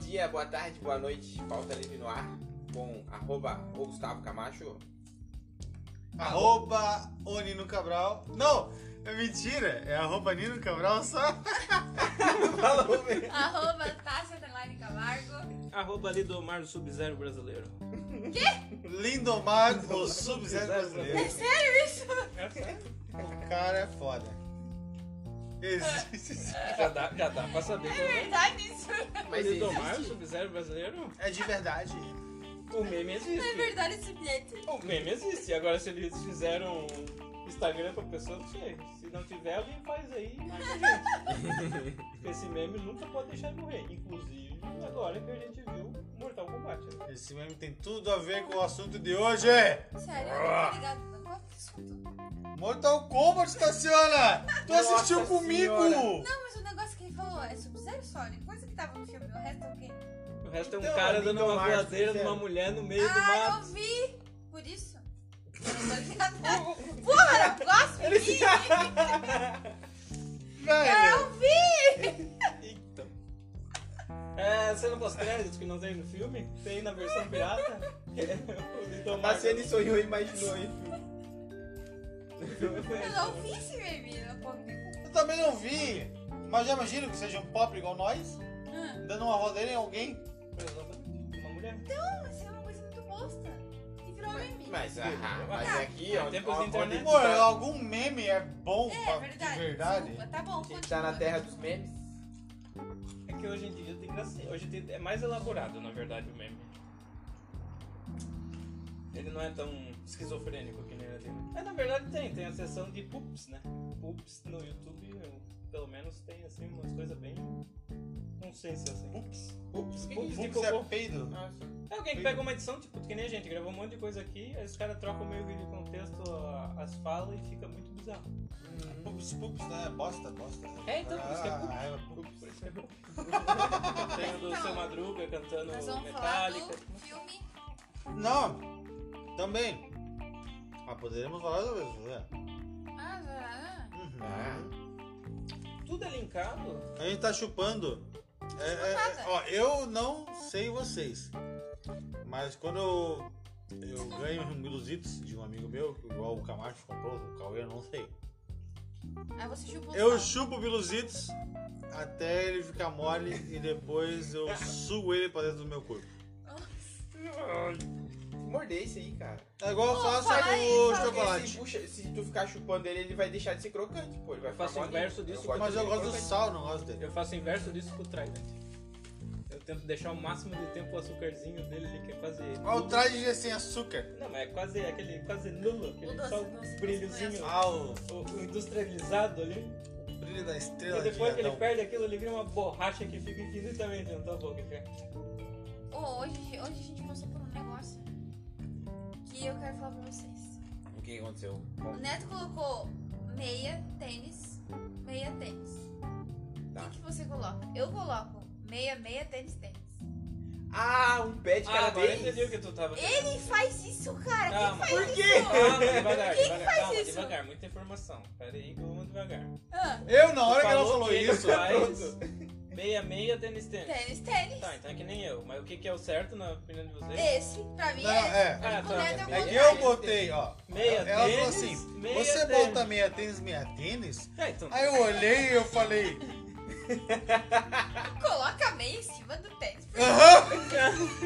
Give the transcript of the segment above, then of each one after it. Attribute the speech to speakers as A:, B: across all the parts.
A: dia, boa tarde, boa noite. Pauta livre no ar com arroba o Gustavo Camacho.
B: Arroba o Nino Cabral. Não, é mentira. É arroba Nino Cabral só.
A: Falou, velho.
C: Arroba Tasha Underline Camargo.
D: Arroba Lidomar do Sub-Zero Brasileiro.
B: Lindomar, o sub-zero brasileiro.
C: sério isso?
D: É
B: O cara é foda. Esse-
D: Já dá, já dá pra saber.
C: É verdade isso?
A: Mas
D: Lidomar do
A: existe.
D: Sub-Zero Brasileiro?
B: É de verdade.
D: O meme
C: É
D: existe.
C: verdade esse bilhete.
D: O meme existe. Agora, se eles fizeram um Instagram pra pessoa, não sei. Se não tiver, alguém faz aí e marca a gente. Porque esse meme nunca pode deixar de morrer. Inclusive, agora que a gente viu Mortal Kombat. né?
B: Esse meme tem tudo a ver com o assunto de hoje.
C: Sério, eu não tô ligado. Qual que é o assunto?
B: Mortal Kombat, Tassiana! Tu
A: Nossa
B: assistiu comigo!
A: senhora.
C: Não, mas o negócio que ele falou é Sub-Zero Sonic. Coisa que tava no filme, o resto é o quê?
D: O resto é um
B: Então,
D: cara dando uma
B: Lindomar do
D: voadeira
B: Sub-Zero.
D: numa mulher no meio do
C: Ah, eu
D: mato.
C: vi! Por isso? Eu não tô ligada. Porra, eu gosto de
B: Velho!
C: Eu vi!
D: Então. É, cenas pós-créditos que não tem no filme, tem na versão pirata. É, o Lidomar.
A: Marciane sonhou e imaginou isso.
C: Eu não vi esse meme, eu não posso ver.
B: Eu também não vi! Mas já imagino que seja um pop igual nós,
C: Ah,
B: dando uma rodeira em alguém.
D: Exatamente, Uma mulher.
C: Mas é uma coisa muito bosta. E virou meme.
A: Mas, ah, mas aqui,
D: Ah,
A: ó,
D: tempos
A: ó,
D: de internet.
A: onde
B: Pô,
A: tá-
B: algum meme é bom
C: É
B: pra-
C: verdade.
B: de verdade?
C: Desculpa, tá bom,
A: a
C: continua.
A: gente tá na terra dos memes.
D: É que hoje em dia tem gracinha. Hoje em dia é mais elaborado, na verdade, o meme. Ele não é tão esquizofrênico que nem era dele. É, na verdade tem, tem a seção de poops, né? Poops no YouTube, eu- pelo menos tem assim umas coisas bem nonsense assim.
B: Ups,
A: Ups,
D: Ups.
A: ups.
D: de
B: ups é
D: cocô.
B: peido.
A: Nossa.
D: É alguém que pega uma edição, tipo, que nem a gente, gravou um monte de coisa aqui, aí os caras trocam meio que de contexto a- as falas e fica muito bizarro.
B: Pups, pups, né? Bosta, bosta.
D: É, então, por isso que é pups.
B: Ah, é pups.
D: Por isso que é bom. Tem o do seu Madruga cantando
C: Nós vamos falar
D: Metallica.
C: do filme.
B: Não, também. Ah, poderíamos falar outra vez, né?
C: Ah, ah, ah.
A: Ah,
D: Tudo é linkado.
B: A gente tá chupando. É, é, é, ó, eu não sei vocês, mas quando eu, eu ganho um gluzitos de um amigo meu, igual o Camacho comprou, o Cauê, eu não sei.
C: ah. Aí você chupa o
B: Eu
C: sal.
B: chupo o biluzitos até ele ficar mole e depois eu sugo ele pra dentro do meu corpo.
A: Morder isso aí, cara.
B: É igual eu
C: Pô,
B: faço
C: fala aí,
B: com o
C: fala é aí.
B: chocolate.
A: Porque Se, puxa- se tu ficar chupando ele, ele vai deixar de ser crocante, pô. Ele vai ficar
D: Eu faço o
A: molinho.
D: inverso disso,
A: gosto
C: tipo
B: Mas eu
A: dele
B: gosto do
A: crocante.
B: sal, não gosto dele.
D: Eu faço o inverso disso com o Trident. Eu tento deixar o máximo de tempo o açúcarzinho dele, ele quer quase.
B: Olha o
D: nulo.
B: traje é sem açúcar.
D: Não, mas é quase aquele quase nulo, aquele
C: doce,
D: só
C: doce,
D: um
C: doce,
D: brilhozinho,
B: Ah, o
D: o, o industrializado ali.
B: brilho da estrela
D: E depois
B: de
D: que ele
B: Adão.
D: perde aquilo, ele vira uma borracha que fica infinitamente na tua boca. cara.
C: Ô, hoje, hoje a gente passou por um negócio que eu quero falar pra vocês.
A: O que aconteceu?
C: O
A: Bom,
C: Neto colocou meia, tênis, meia, tênis.
A: tá.
C: O que, que você coloca? Eu coloco meia, meia, tênis, tênis.
A: Ah, um pé de
D: Ah,
A: cada
D: agora eu
A: vez?
D: entendi o que tu tava
C: Ele faz isso, cara!
D: Calma,
C: Quem
A: por
C: faz
A: quê?
C: isso?
D: Calma, devagar,
C: Quem
D: devagar,
C: faz
D: calma,
C: isso?
D: devagar, muita informação. Pera aí que eu vou devagar.
C: Ah,
B: Eu, na
D: Tu
B: hora que ela
D: falou
B: falou
D: que ele
B: isso,
D: faz
B: pronto.
D: Meia, meia, tênis, tênis.
C: tênis, tênis.
D: Tá, então é que nem eu. Mas o que, que é o certo na opinião de vocês?
C: Esse, pra mim,
B: Não,
C: é.
B: é.
D: Ah,
C: O
D: tá.
C: Neto
A: É
C: é
B: É
C: o
B: que eu
C: contrário.
B: botei, ó.
D: Meia
B: ela falou
D: tênis,
B: assim:
D: meia
B: você
D: tênis."
B: bota meia tênis, meia tênis?
D: É, então,
B: Aí eu olhei e eu falei:
D: é-
C: Coloca a meia em cima do tênis.
B: aham!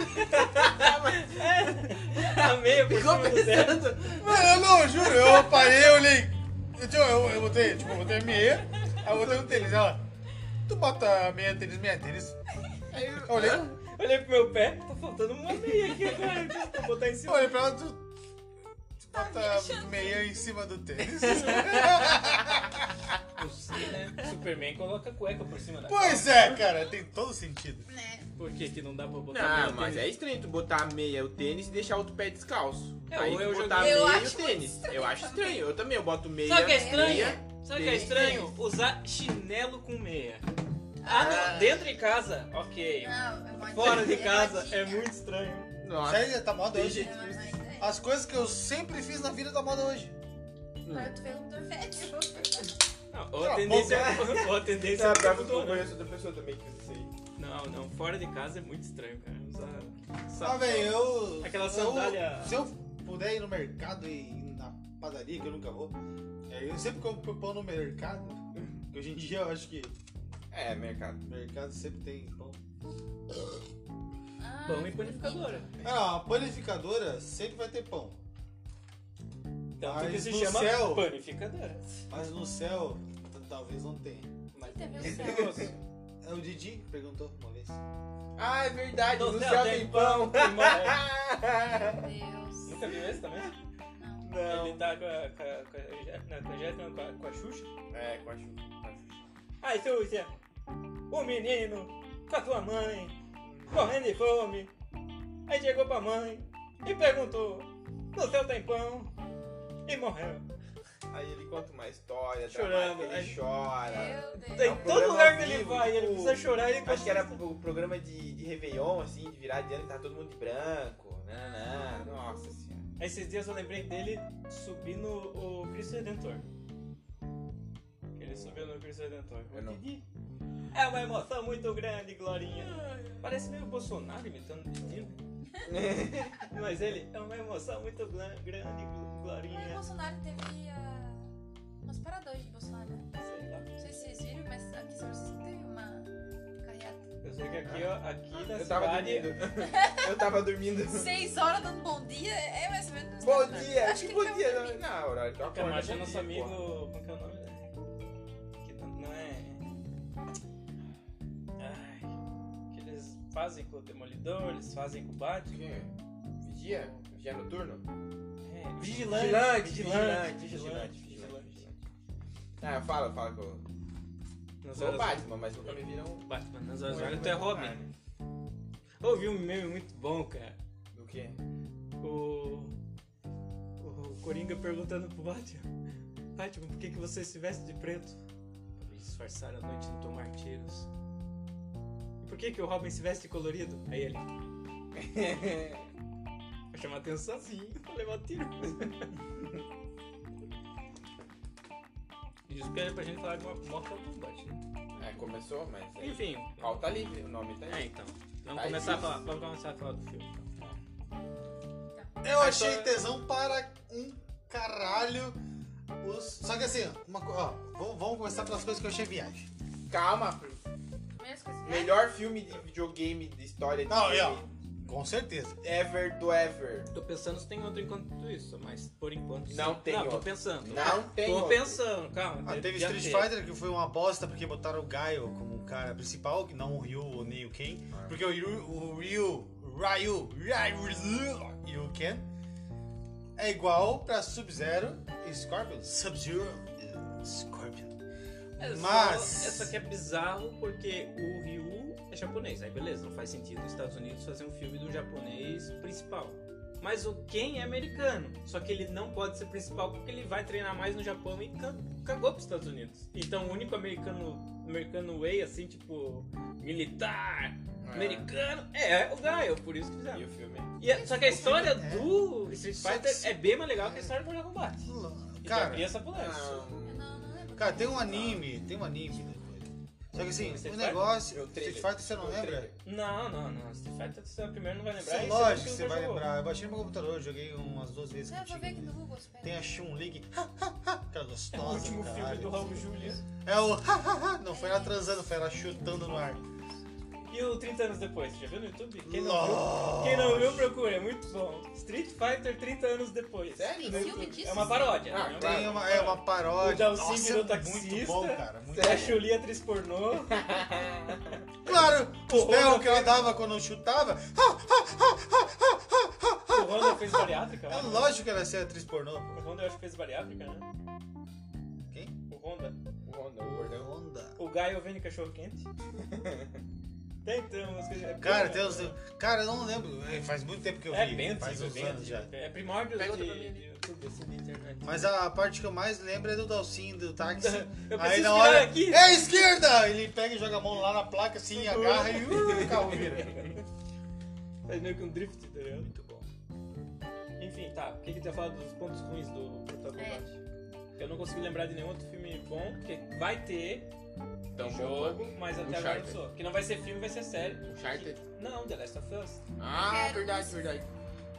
D: a tá meia por cima do tênis.
B: Mano, eu não, juro, eu parei, eu olhei. Eu, tipo, eu, eu botei, tipo, eu botei meia, aí eu botei um tênis. Ela, tu bota meia tênis, meia tênis. Aí eu olhei, eu
D: Olhei pro meu pé, tá faltando uma meia aqui agora. Eu Vou botar em cima.
B: olhei pra ela, tu, tu
C: Tá me
B: bota
C: achando.
B: meia em cima do tênis.
D: O Superman coloca a cueca por cima da
B: pois é, cara, tem todo sentido.
C: Né?
D: Por que que não dá pra botar
A: Ah,
D: meia
A: mas é
D: tênis?
A: estranho tu botar a meia, o tênis e deixar outro pé descalço.
D: É,
A: Aí
D: ou
A: tu
D: eu
A: botar a
C: joguei-
A: meia
C: Eu
A: e o
C: acho
A: tênis. Eu acho estranho. Eu também, eu boto meia.
D: Sabe o que é
A: meia.
D: estranho? Sabe o que é estranho? Usar chinelo com meia. Ah, não, dentro de casa, ok.
C: Não, é modinha,
D: Fora de
C: é
D: casa
C: modinha.
D: é muito estranho.
A: Nossa.
B: Sério, tá moda
A: Tem
B: hoje.
A: gente-
C: É, mas ainda é.
B: As coisas que eu sempre fiz na vida tá moda hoje.
C: Agora tu vê um torfete.
D: Não, ou
B: Cala
D: a
B: a
D: tendência, ou a tendência
A: Sabe,
D: é
A: eu
D: mudou, né?
A: conheço outra pessoa também que fez isso aí.
D: Não, Não, não. Fora de casa é muito estranho, cara. Usar.
B: Ah,
D: sapato-
B: velho, eu.
D: Aquela
B: eu-
D: sandália-
B: se eu puder ir no mercado e ir na padaria, que eu nunca vou, é, eu sempre compro pão no mercado. Que hoje em dia eu acho que
A: É, mercado.
B: mercado sempre tem pão.
C: Ah,
D: Pão e panificadora.
B: Ah, não, a panificadora sempre vai ter pão.
D: Tanto Então, que
B: Mas
D: se
B: no
D: chama
B: céu-
D: panificadora.
B: Mas no céu, t- talvez não tenha.
D: Mas
C: Tem que ver o céu.
D: negócio.
B: É o Didi perguntou uma vez.
A: Ah, é verdade,
D: No
A: no
D: céu
A: céu
D: tem um
A: tem pão.
D: pão, tem
C: Meu Deus.
D: Nunca viu esse também?
C: Não.
A: Não.
D: Ele tá com a, com a, com a, não, com a Jéssica, não, com a, com a Xuxa. Ah,
A: É, com a Xuxa. com a Xuxa.
D: Aí seu Zé, o menino com a sua mãe, correndo de fome. Aí chegou pra mãe e perguntou, no céu tem pão? E morreu.
A: Aí ele conta uma história,
D: Chorando, né?
A: dramática, ele
D: aí-
A: chora.
C: Meu Deus.
D: Tem
A: um
D: todo
A: programa
D: lugar que ele
A: vivo,
D: vai, ele
A: tipo,
D: precisa chorar, ele
A: Acho que era
D: precisa-
A: o programa de, de Réveillon, assim, de virar de ano, que tava todo mundo de branco. Nananã. Nossa senhora.
D: Aí esses dias eu lembrei dele subindo o Cristo Redentor. Ele subiu no Cristo Redentor.
A: Eu não.
D: Didi. É uma emoção muito grande, Glorinha. Parece meio Bolsonaro imitando o Didi, né? Mas ele é uma emoção muito gla- grande, Glo-
C: Mas o
D: Glorinha.
C: Bolsonaro teve ah, umas paradas de Bolsonaro. né?
D: Sei lá.
C: Não sei se vocês viram, mas aqui em São Francisco teve uma carreata.
D: Eu sei que aqui, ó, aqui na
A: Eu tava
D: cidade.
A: dormindo. Eu tava dormindo.
C: Seis horas dando bom dia, é mais ou menos.
A: Bom
C: né?
A: dia,
C: Acho
A: que
C: que
A: bom
C: ele
A: dia.
C: tava
A: Não,
C: dormindo.
A: não, horário de acordo,
D: Camacho é
A: tá bom
D: nosso
A: dia,
D: amigo.
A: porra.
D: Como que é o nome dele? Que não, não é. Ai. Que eles fazem com o Demolidor, eles fazem com o Batman.
A: Vigia? Vigia? Vigia noturno?
D: É, vigilante,
A: vigilante,
D: vigilante,
A: vigilante, vigilante,
D: vigilante.
A: Ah, fala, fala que eu.
D: Nas
A: Sou o
D: horas-
A: Batman, mas nunca me viram.
D: Batman, nas horas
A: Não é
D: vagas tu é
A: muito
D: Robin.
A: raro.
D: Ouvi um meme muito bom, cara.
A: Do quê?
D: O. O Coringa perguntando pro Batman: Batman, por que, que você se veste de preto? Pra me disfarçar a noite e não tomar tiros. E por que, que o Robin se veste colorido? Aí ele: Pra chamar atenção assim, pra levar tiro. Isso que era pra gente falar de uma morta do Batman.
A: É, começou, mas. aí-
D: Enfim.
A: Pauta livre, o nome tá
D: É,
A: aí.
D: então.
A: Tá
D: Vamos começar a
A: difícil.
D: falar, vamos começar a falar do filme. então.
B: Eu
D: A
B: achei
D: história-
B: tesão para um caralho. Os... Só que assim, ó, uma co- ó, vamos, vamos começar pelas coisas que eu achei viagem.
D: É.
A: Calma,
C: Primeiras coisas.
A: melhor filme de videogame de história de
B: Não,
A: filme
B: eu- Com certeza.
A: ever do ever.
D: Tô pensando se tem outro enquanto isso, mas por enquanto.
A: Não
D: sim.
A: tem
D: Não, tô
A: outro.
D: pensando.
A: Não tem.
D: tô
A: outro.
D: pensando, calma.
B: Ah,
D: de-
B: teve
D: já
B: Street Fighter que foi uma bosta porque botaram o Gaio como o cara principal, que não o Ryu ou nem o Ken.
A: Ah.
B: Porque o Ryu, o Ryu, Ryu, Ryu e o Ken é igual pra Sub-Zero e Scorpion. Sub-Zero e Scorpion.
D: É só-
B: Mas-
D: é só que é bizarro porque o Ryu é japonês. Aí beleza, não faz sentido nos Estados Unidos fazer um filme do japonês principal. Mas o Ken é americano. Só que ele não pode ser principal porque ele vai treinar mais no Japão e ca- cagou pros Estados Unidos. Então o único americano, americano way, assim, tipo, militar,
A: É.
D: americano, é o Gaio, por isso que fizeram.
A: E o filme?
D: E a- só que a história
B: filme é-
D: do Street
B: Só que
D: Fighter
B: se-
D: é bem mais legal que a história do Mortal Kombat. E já
B: Cara,
D: cria essa polêmica.
C: Eu não, não lembro.
B: cara, tem um anime, tem um anime. né? Só que assim,
D: Street
B: o
D: Fighter? É
B: negócio.
A: Eu
B: Street
A: trailer.
B: Fighter você não
A: Eu
B: lembra?
A: trailer.
D: Não, não, não. Street Fighter você é primeiro não vai lembrar.
B: Sim,
D: e segundo
B: lógico,
D: que
B: que você vai
D: jogou.
B: lembrar. Eu baixei no meu computador, joguei umas duas vezes
C: É, Eu vou ver aqui
B: contigo.
C: no Google, espera.
B: Tem a Chun-Li que... Aquela
D: É o
B: gostosa,
D: último filme
B: caralho.
D: do Raul Julia.
B: É o... Não foi ela transando, foi ela chutando no ar.
D: E o 30 anos depois, você já viu no YouTube? Quem não, viu,
B: Nossa.
D: quem não viu, procura, é muito bom. Street Fighter 30 anos depois.
A: Sério?
C: Tem filme disso?
D: É uma paródia.
A: Ah,
D: né?
A: claro.
B: Tem uma, é uma paródia.
D: O Dalsin
B: Nossa,
D: virou
B: é
D: taxista.
B: Muito bom, cara. Muito
D: A
B: bom.
D: Julia É atriz pornô.
B: Claro, os
D: O
B: berros
D: Ronald
B: que ela dava quando chutava.
D: O Ronda fez bariátrica,
B: É
D: né?
B: lógico que ela ia ser atriz pornô. pô.
D: O Ronda eu acho que fez bariátrica, né?
B: Quem?
D: O Ronda.
A: O Honda, o gordão.
B: Onda.
D: O Gaio vende cachorro quente. tem, tem umas coisas. é
B: Cara,
D: primórdio,
B: tem uns...
D: né?
B: Cara, eu não lembro. É, Faz muito tempo que eu vi.
D: É bento,
B: Faz
D: é
B: uns anos
D: bento.
B: já.
D: É primórdio de,
A: Pega outra pra mim
D: de
A: ali.
D: YouTube, assim, de internet.
B: Mas a parte que eu mais lembro é do Dalcinho, do táxi. Aí
D: Eu preciso
B: na
D: virar
B: hora.
D: aqui.
B: É esquerda! Ele pega e joga a mão lá na placa assim, agarra e. Uh, o carro vira.
D: Faz meio que um drift, tá ligado?
B: Muito bom.
D: Enfim, tá. O que que tu ia falar dos pontos ruins do Mortal
C: É.
D: Kombat? Eu não consegui lembrar de nenhum outro filme bom, porque vai ter. é
A: Tão
D: de jogo,
A: bom.
D: mas um até agora não
A: Uncharted.
D: sou. Que não vai ser filme, vai ser série.
A: Uncharted?
D: Não, The Last of Us.
A: Ah,
C: Quero
A: verdade,
C: isso.
A: verdade.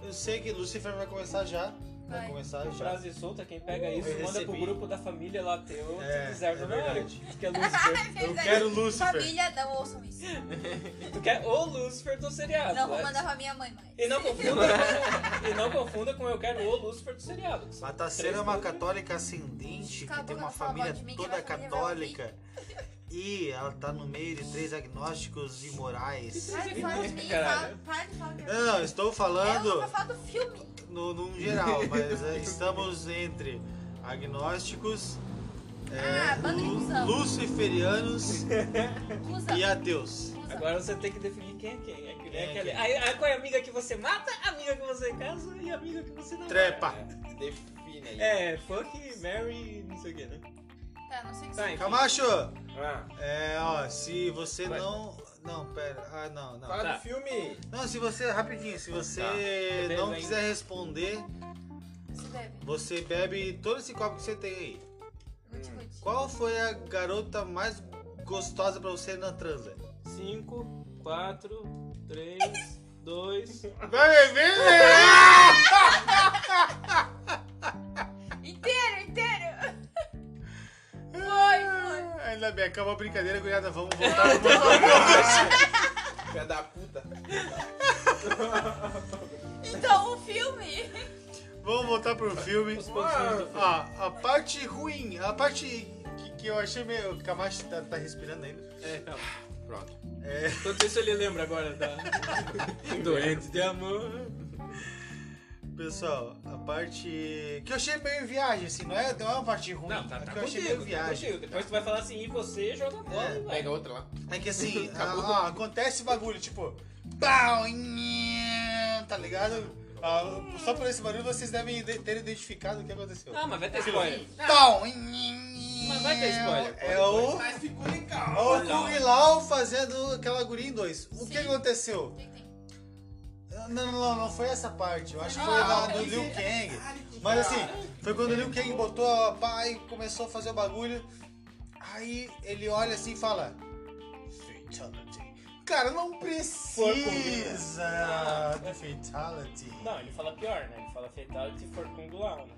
B: Eu sei que Lucifer vai começar já. Vai
C: Vai.
B: começar já.
D: Frase solta, quem pega isso,
B: Eu
D: manda pro
B: recebi.
D: grupo da família lá teu,
B: É,
D: se quiser,
B: é
D: na hora.
B: verdade.
D: Tu quer Lucifer.
B: Eu
C: é
B: quero Lucifer.
C: Família, não ouçam isso.
D: tu quer o Lucifer do seriado.
C: Não vou
D: né?
C: mandar pra minha mãe mais.
D: E não confunda, e não confunda com eu quero o Lucifer do seriado. que são
B: Mas tá
D: três
B: sendo uma
D: números.
B: católica ascendente,
C: Cala
B: que
C: a
B: tem
C: boca,
B: uma
C: não fala
B: família
C: mal de mim, que
B: toda
C: minha família vai ouvir.
B: católica. E ela tá no meio de três agnósticos imorais.
C: Para de falar de mim,
D: Caralho.
C: fala, para de falar de mim.
B: Não, não, estou
C: Eu
B: falando
C: vou falar do filme.
B: no, num geral, mas é, estamos entre agnósticos, eh,
C: Ah, bando de
B: lu-
C: cuzão.
B: luciferianos
C: Cusão.
B: e ateus.
C: Cusão.
D: Agora você tem que definir quem é quem. É que nem
B: Quem é
D: aquele.
B: quem?
D: Aí, aí qual é a amiga que você mata, a amiga que você casa e a amiga que você não
B: Trepa.
E: Define aí.
D: É, fuck, Mary, não sei o que, né?
C: Tá, não sei o que
D: Tá,
C: você-
D: enfim.
B: Camacho,
E: Ah,
B: é, ó, se você
E: Vai.
B: não... Não, pera, ah, não, não.
E: fala
D: Tá.
E: do filme.
B: Não, se você, rapidinho, se você
D: Tá.
B: não
D: Beleza,
B: quiser responder,
C: você deve.
B: você bebe todo esse copo que você tem aí.
C: Guti, guti.
B: Hum. Qual foi a garota mais gostosa pra você na transa?
D: 5, 4, 3, 2.
B: Vai beber!
C: Inteiro, inteiro. Foi,
B: Ainda bem, acabou a brincadeira, guiada. Vamos voltar pro programa.
E: Filha da puta.
C: foi. Então, o filme.
B: Vamos voltar pro filme.
D: Os pontinhos do filme.
B: Ah, a parte ruim, a parte que, que eu achei meio. O Camacho tá, tá respirando ainda.
D: É, calma.
A: Pronto.
D: Enquanto isso ele lembra agora da. Doente de amor.
B: Pessoal, a parte. Que eu achei meio viagem, assim, não é, não é uma parte ruim.
D: Não, tá,
B: a
D: tá
B: que eu achei
D: contigo,
B: meio
D: tá
B: viagem.
D: contigo. Depois tu vai falar assim, e você joga bola,
B: É,
D: e vai.
A: Pega outra lá.
B: É que assim,
D: Tá
A: Acabou
B: ah,
A: com-
B: ah, acontece bagulho, tipo. Pau! nhê, Tá ligado? Ah, só por esse barulho vocês devem de- ter identificado o que aconteceu.
D: Não, Ah, mas vai ter spoiler.
B: Pau! nhê,
D: Mas vai ter spoiler,
B: É o.
E: Mas ficou legal.
B: É o
D: Não.
B: Kung Lao fazendo aquela guria em dois. O que
C: Sim.
B: aconteceu?
C: O que que tem?
B: Não, não, não, não foi essa parte. Eu acho que foi
C: Ah,
B: lá do
C: entendi.
B: Liu Kang. Mas assim, foi quando o Liu Kang botou a pá e começou a fazer o bagulho. Aí ele olha assim e fala: Fatality. Cara, não precisa de fatality.
D: Não, ele fala pior, né? Ele fala fatality for Kung Lao, né?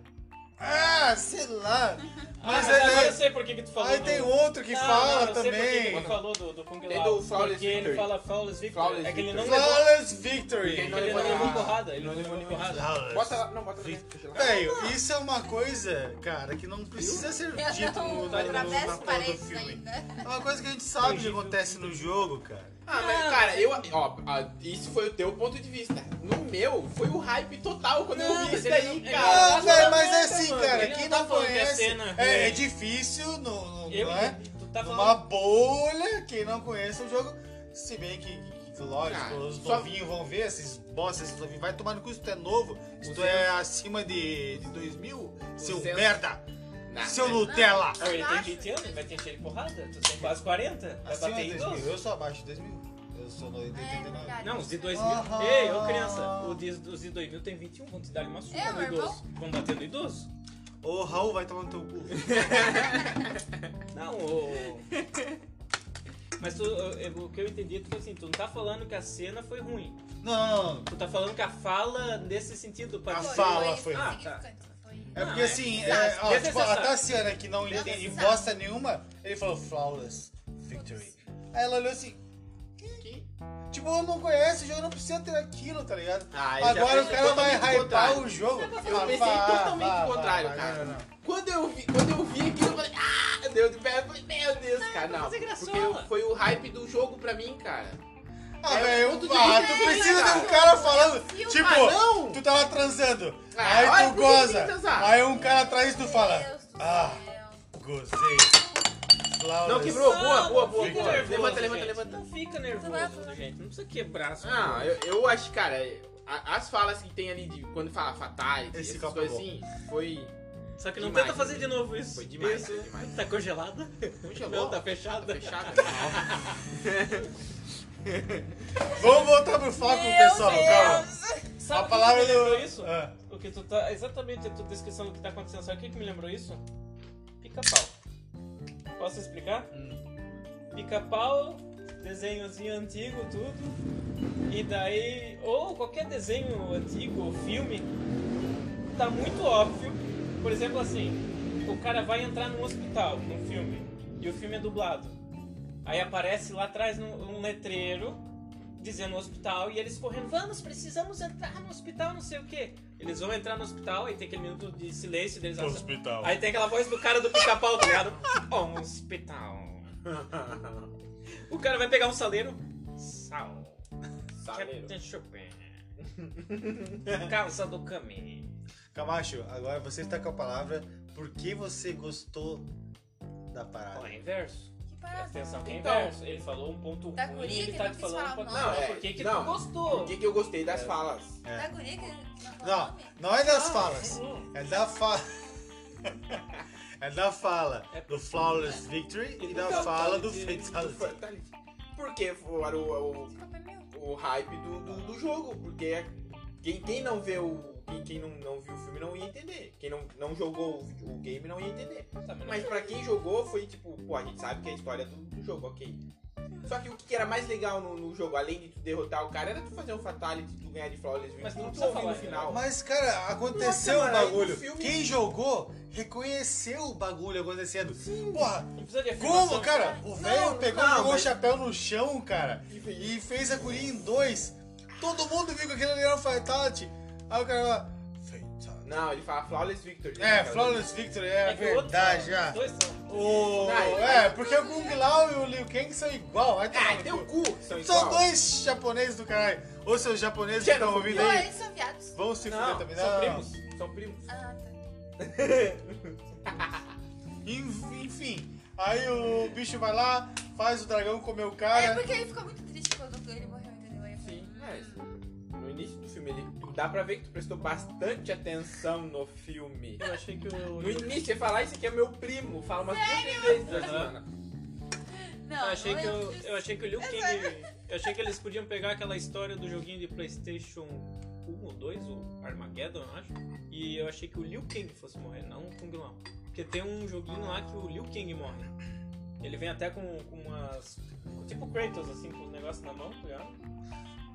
B: Ah, sei lá. Mas
D: ah, agora eu
B: ele.
D: sei por que, que tu falou.
B: Aí
D: do-
B: tem outro que
D: Não,
B: fala
D: não, eu sei por que que
B: também.
D: tu falou do, do Kung
A: Tem
D: Lao.
A: do Flawless
D: porque ele
A: Victory.
D: fala Flawless Victory.
A: Flawless
D: é que ele não levou,
B: Flawless Victory.
A: Porque
D: é que ele
A: Não
D: não
A: levou
D: levou
A: nada.
D: porrada. Ele não levou nenhuma porrada.
B: Flawless
A: Bota lá. Não, bota lá.
B: Victory.
A: Deixa lá.
B: Velho, isso é uma coisa, cara, que não precisa ser
C: Eu
B: dito no, no,
C: não
B: tá no, na
C: atravesso
B: porra do
C: paredes
B: filme.
C: ainda.
B: É uma coisa que a gente sabe que acontece no jogo, cara.
A: Ah, mas cara, eu. Ó, ah, isso foi o teu ponto de vista. No meu, foi o hype total quando
D: Não,
A: eu vi
D: mas
A: isso
D: ele
A: daí,
D: não-
A: cara.
B: Ah,
D: Ah,
B: velho,
D: tá
B: mas é
D: bom,
B: assim,
D: mano.
B: cara,
D: Ele
B: quem
D: não tá
B: não
D: falando que a
B: conhece...
D: cena
B: É,
D: é-
B: é difícil, no, no,
D: Eu,
B: não é?
D: tu tá falando.
B: Numa bolha, quem não conhece o jogo, se bem que, que- que, lógico,
A: Cara,
B: os
A: só-
B: novinhos vão ver, esses bosta, esses novinhos, vai tomar no cu se tu é novo, se tu
A: Duzentos.
B: é acima de, de 2000, seu
A: Duzentos.
B: merda,
A: Nah,
B: seu
A: mas-
B: Nutella.
D: Pô, ele tem
C: Abaixo.
D: 20 anos, ele vai ter cheiro de porrada. Tu tem quase 40. Vai
B: Acima
D: bater
B: de
D: em
B: 2000,
D: 12.
B: eu sou abaixo de 2000, eu sou no- de
C: Ah, é
B: 89.
C: verdade.
D: Não, os de 2000.
B: Aham.
D: Ei, ô criança, o de, os de 2000 tem 21. Vão te dar uma surra
C: É,
D: no
C: meu irmão.
D: idoso. Vão bater no idoso?
B: Ô, Raul, vai tomar no teu cu.
D: Não, ô. Mas tu, eu- eu- o que eu entendi é que assim, tu não tá falando que a cena foi ruim.
B: Não, não, não.
D: Tu tá falando que a fala nesse sentido
B: A
D: pode ser.
B: fala foi.
D: Ah,
C: insignificante, foi.
B: É porque
D: é
B: assim, é, ó, tipo, a
D: desnecessário.
B: Tassiana, que
A: é
B: não entende
C: Desnecessário.
B: bosta nenhuma, ele falou flawless victory. Aí ela olhou assim,
A: Que-
B: tipo, eu não conheço o jogo, não precisa ter aquilo, tá ligado?
A: Ah, eu já
B: Agora o
A: pensei
B: cara vai
A: totalmente o
B: hypar
A: contrário.
B: o jogo. Ah, Eu
A: pensei totalmente o contrário, cara. É Quando eu vi, quando eu vi aquilo, eu falei, ah, deu de pé, eu falei, meu Deus, cara, não.
D: fazer graçola.
A: Porque foi o hype do jogo pra mim, cara.
B: Ah,
A: É,
B: velho,
A: tudo
B: ah,
A: de
B: tu
A: jeito,
B: precisa ter
A: cara.
B: um cara falando,
C: Filma,
B: tipo,
A: não.
B: tu tava transando,
A: Ah,
B: aí
A: olha, por
B: tu
A: que tem que
B: goza,
A: transar?
B: aí um cara atrás tu fala,
C: Meu Deus do
B: ah,
C: céu.
B: gozei, flawless.
A: Não, quebrou. Boa, boa, boa,
D: Fica
A: boa.
D: nervoso,
A: Levanta,
D: gente.
A: levanta, levanta.
D: Não fica
C: vai
D: nervoso,
C: falar.
D: gente. Não precisa quebrar as
A: Ah,
D: coisas.
A: eu, eu acho, cara, a- as falas que tem ali de quando fala fatality,
B: Esse
A: essas
B: copo
A: coisas
B: é bom.
A: assim, foi
D: Só que não
A: demais,
D: tenta fazer
A: né?
D: de novo isso.
A: Foi demais,
D: Isso.
A: foi demais.
D: Tá congelada?
A: Congelou?
D: Não, tá fechada.
A: fechado.
B: Vamos voltar pro foco,
C: Meu
B: pessoal,
C: Deus.
B: calma.
D: Sabe
B: a
D: o
B: palavra
D: que me lembrou
B: do-
D: isso?
B: Ah.
D: O que tu tá. Exatamente a tua descrição do que tá acontecendo. Sabe o que, que me lembrou isso? Pica-pau. Posso explicar? pica-pau, desenhozinho antigo, tudo. E daí, ou qualquer desenho antigo ou filme, tá muito óbvio. Por exemplo, assim, o cara vai entrar num hospital, num filme, e o filme é dublado. Aí aparece lá atrás num- um letreiro dizendo hospital e eles correndo, vamos, precisamos entrar no hospital, não sei o quê. Eles vão entrar no hospital e tem aquele minuto de silêncio deles.
B: Pro hospital.
D: Aí tem aquela voz do cara do pica-pau, tá ligado? "Ó, hospital. O cara vai pegar um saleiro. Sal.
A: Saleiro.
D: Captain Chopin. Calça do caminho.
B: Camacho, agora você está com a palavra. Por que você gostou da
D: Ó,
B: parada?
D: é inverso.
C: Que
D: Presta
C: parada.
D: atenção, que é
A: Então.
D: inverso. Ele falou um ponto
C: Ah, Da
D: ruim
C: guria
D: ele
C: que
D: tá
C: não
D: te
C: quis
D: falando
C: falar
D: um
C: o
D: ponto
C: nome.
D: bom.
A: Não, é,
D: Por que que
A: não.
D: tu gostou?
A: Por que, que eu gostei das
D: É.
A: falas?
B: É.
C: Da guria que não falou
B: Não,
C: nome?
B: não é das falas.
D: Hum.
B: É da fala. É da fala do Flawless Victory e da fala do
A: Então, Do
B: Fatality.
A: Fatality. Porque foi o,
C: Esse copo é meu.
A: o, o hype do, do, do jogo. Porque é, quem, quem não vê o. Quem, quem não, não viu o filme não ia entender. Quem não, não jogou o, vídeo- o game não ia entender.
D: Tá, mas não-
A: Mas pra quem jogou foi tipo, pô, a gente sabe que é a história do, do jogo, ok. Só que o que era mais legal no, no jogo, além de tu derrotar o cara, era tu fazer um fatality, tu ganhar de Flawless Victory,
D: Mas não
A: tu
D: precisa
A: ouvir no
D: falar, né?
A: final.
B: Mas, cara, aconteceu
A: Nossa,
B: o
A: mano, aí no
B: bagulho.
A: filme-
B: Quem jogou reconheceu o bagulho acontecendo. Porra,
D: Não precisa de afirmação.
B: como, cara? O velho pegou,
A: não,
B: jogou
A: mas-
B: o chapéu no chão, cara,
A: E fez-
B: e fez a curia em dois. Todo mundo viu que aquilo ali era um Fatality. Aí o cara lá, Fatality.
A: Não, ele fala Flawless Victory. né,
B: É,
A: cara?
B: Flawless Victory, é,
D: É que o outro-
B: verdade, já.
D: Os dois são.
B: O...
A: Não,
B: É, porque o Kung Lao e o Liu Kang são igual. Vai tomar
A: Ah,
B: no
A: teu cu!
B: cu.
A: São
B: São
A: igual.
B: dois japoneses do caralho. Ou seus japoneses que estão ouvindo
C: Não,
B: aí,
C: eles são viados.
B: vão se fuder
A: Não,
B: também.
A: são
B: Não.
A: primos. São primos.
C: Ah, tá.
B: Enf- Enfim, aí o bicho vai lá, faz o dragão comer o
C: É
B: cara.
C: porque ele ficou muito triste quando ele morreu, entendeu? Aí eu falei,
A: Sim, mas no início do filme, ele, dá pra ver que tu prestou bastante atenção no filme.
D: Eu achei que o.
A: No início, você fala, isso aqui é meu primo. Fala umas duas três vezes. assim,
D: Aham.
A: mano.
C: Não,
D: Eu achei,
C: não
D: que
C: é
D: eu,
C: triste.
D: eu achei que o Liu Kang. Eu achei que eles podiam pegar aquela história do joguinho de PlayStation 1 ou 2, o Armageddon, eu acho. E eu achei que o Liu Kang fosse morrer, não o Kung Lao. Porque tem um joguinho lá que o Liu Kang morre. Ele vem até com, com umas. Tipo Kratos, assim, com os negócios na mão, tá ligado?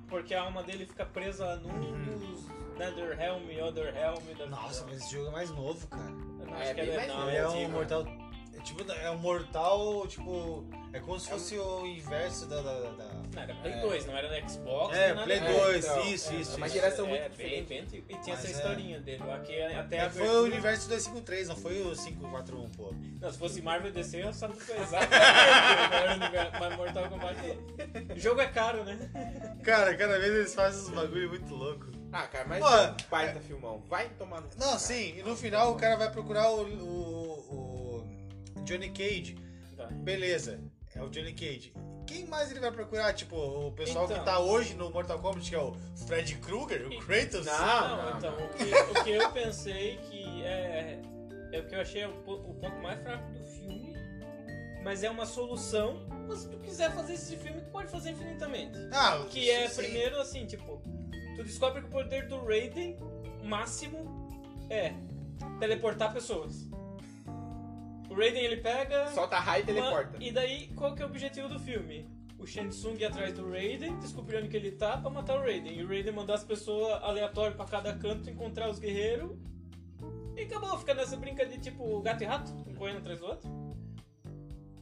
D: Porque a alma dele fica presa num dos Netherrealm e Otherrealm. da-
B: Uhum. Nossa, mas esse jogo é mais novo, cara.
D: Eu não,
A: É,
D: acho que
A: bem
D: é,
A: mais
D: não,
A: novo.
B: Ele é um
D: antigo.
B: mortal. é tipo, é um mortal, tipo. É como se fosse o inverso da. da, da- da-
D: Não, era Play
B: É.
D: 2, não era da Xbox.
B: É,
D: nem nada
B: Play
D: disso.
B: 2,
A: então,
B: isso,
D: né, é,
B: isso.
A: uma
B: isso.
A: geração
D: é,
A: muito
D: bem,
A: diferente.
D: bem antigo. E tinha
B: Mas
D: essa
B: é.
D: historinha dele, aqui até a
B: É, foi o
D: abertura-
B: universo 253, não foi o 541, pô.
D: Não, se fosse Marvel e DC, eu sabia que exatamente mas Mortal Kombat. não. O jogo é caro, né?
B: Cara, cada vez eles fazem uns bagulho muito louco.
A: Ah, cara, mas
B: Mano,
A: o pai tá filmão. Vai tomar no cu,
B: Não,
A: cara.
B: sim, e no final o cara vai procurar o, o- o Johnny Cage.
D: Vai.
B: Beleza, é o Johnny Cage. Quem mais ele vai procurar? Tipo, o pessoal
D: Então.
B: que tá hoje no Mortal Kombat, que é o Fred Krueger, o Kratos?
A: Não,
D: Não,
A: não,
D: então,
A: não.
D: O, que, o que eu pensei que é. É o que eu achei o, po- o ponto mais fraco do filme. Mas é uma solução. Mas se tu quiser fazer esse filme, tu pode fazer infinitamente.
B: Ah,
D: Que é
B: sim.
D: primeiro assim, tipo, tu descobre que o poder do Raiden máximo é teleportar pessoas. O Raiden ele pega.
A: Solta raio e
D: uma-
A: teleporta.
D: E daí, qual que é o objetivo do filme? O Shansung ir atrás do Raiden, descobrir onde que ele tá pra matar o Raiden. E o Raiden mandar as pessoas aleatórias pra cada canto, encontrar os guerreiros. E acabou, fica nessa brinca de tipo gato e rato, um correndo atrás do outro.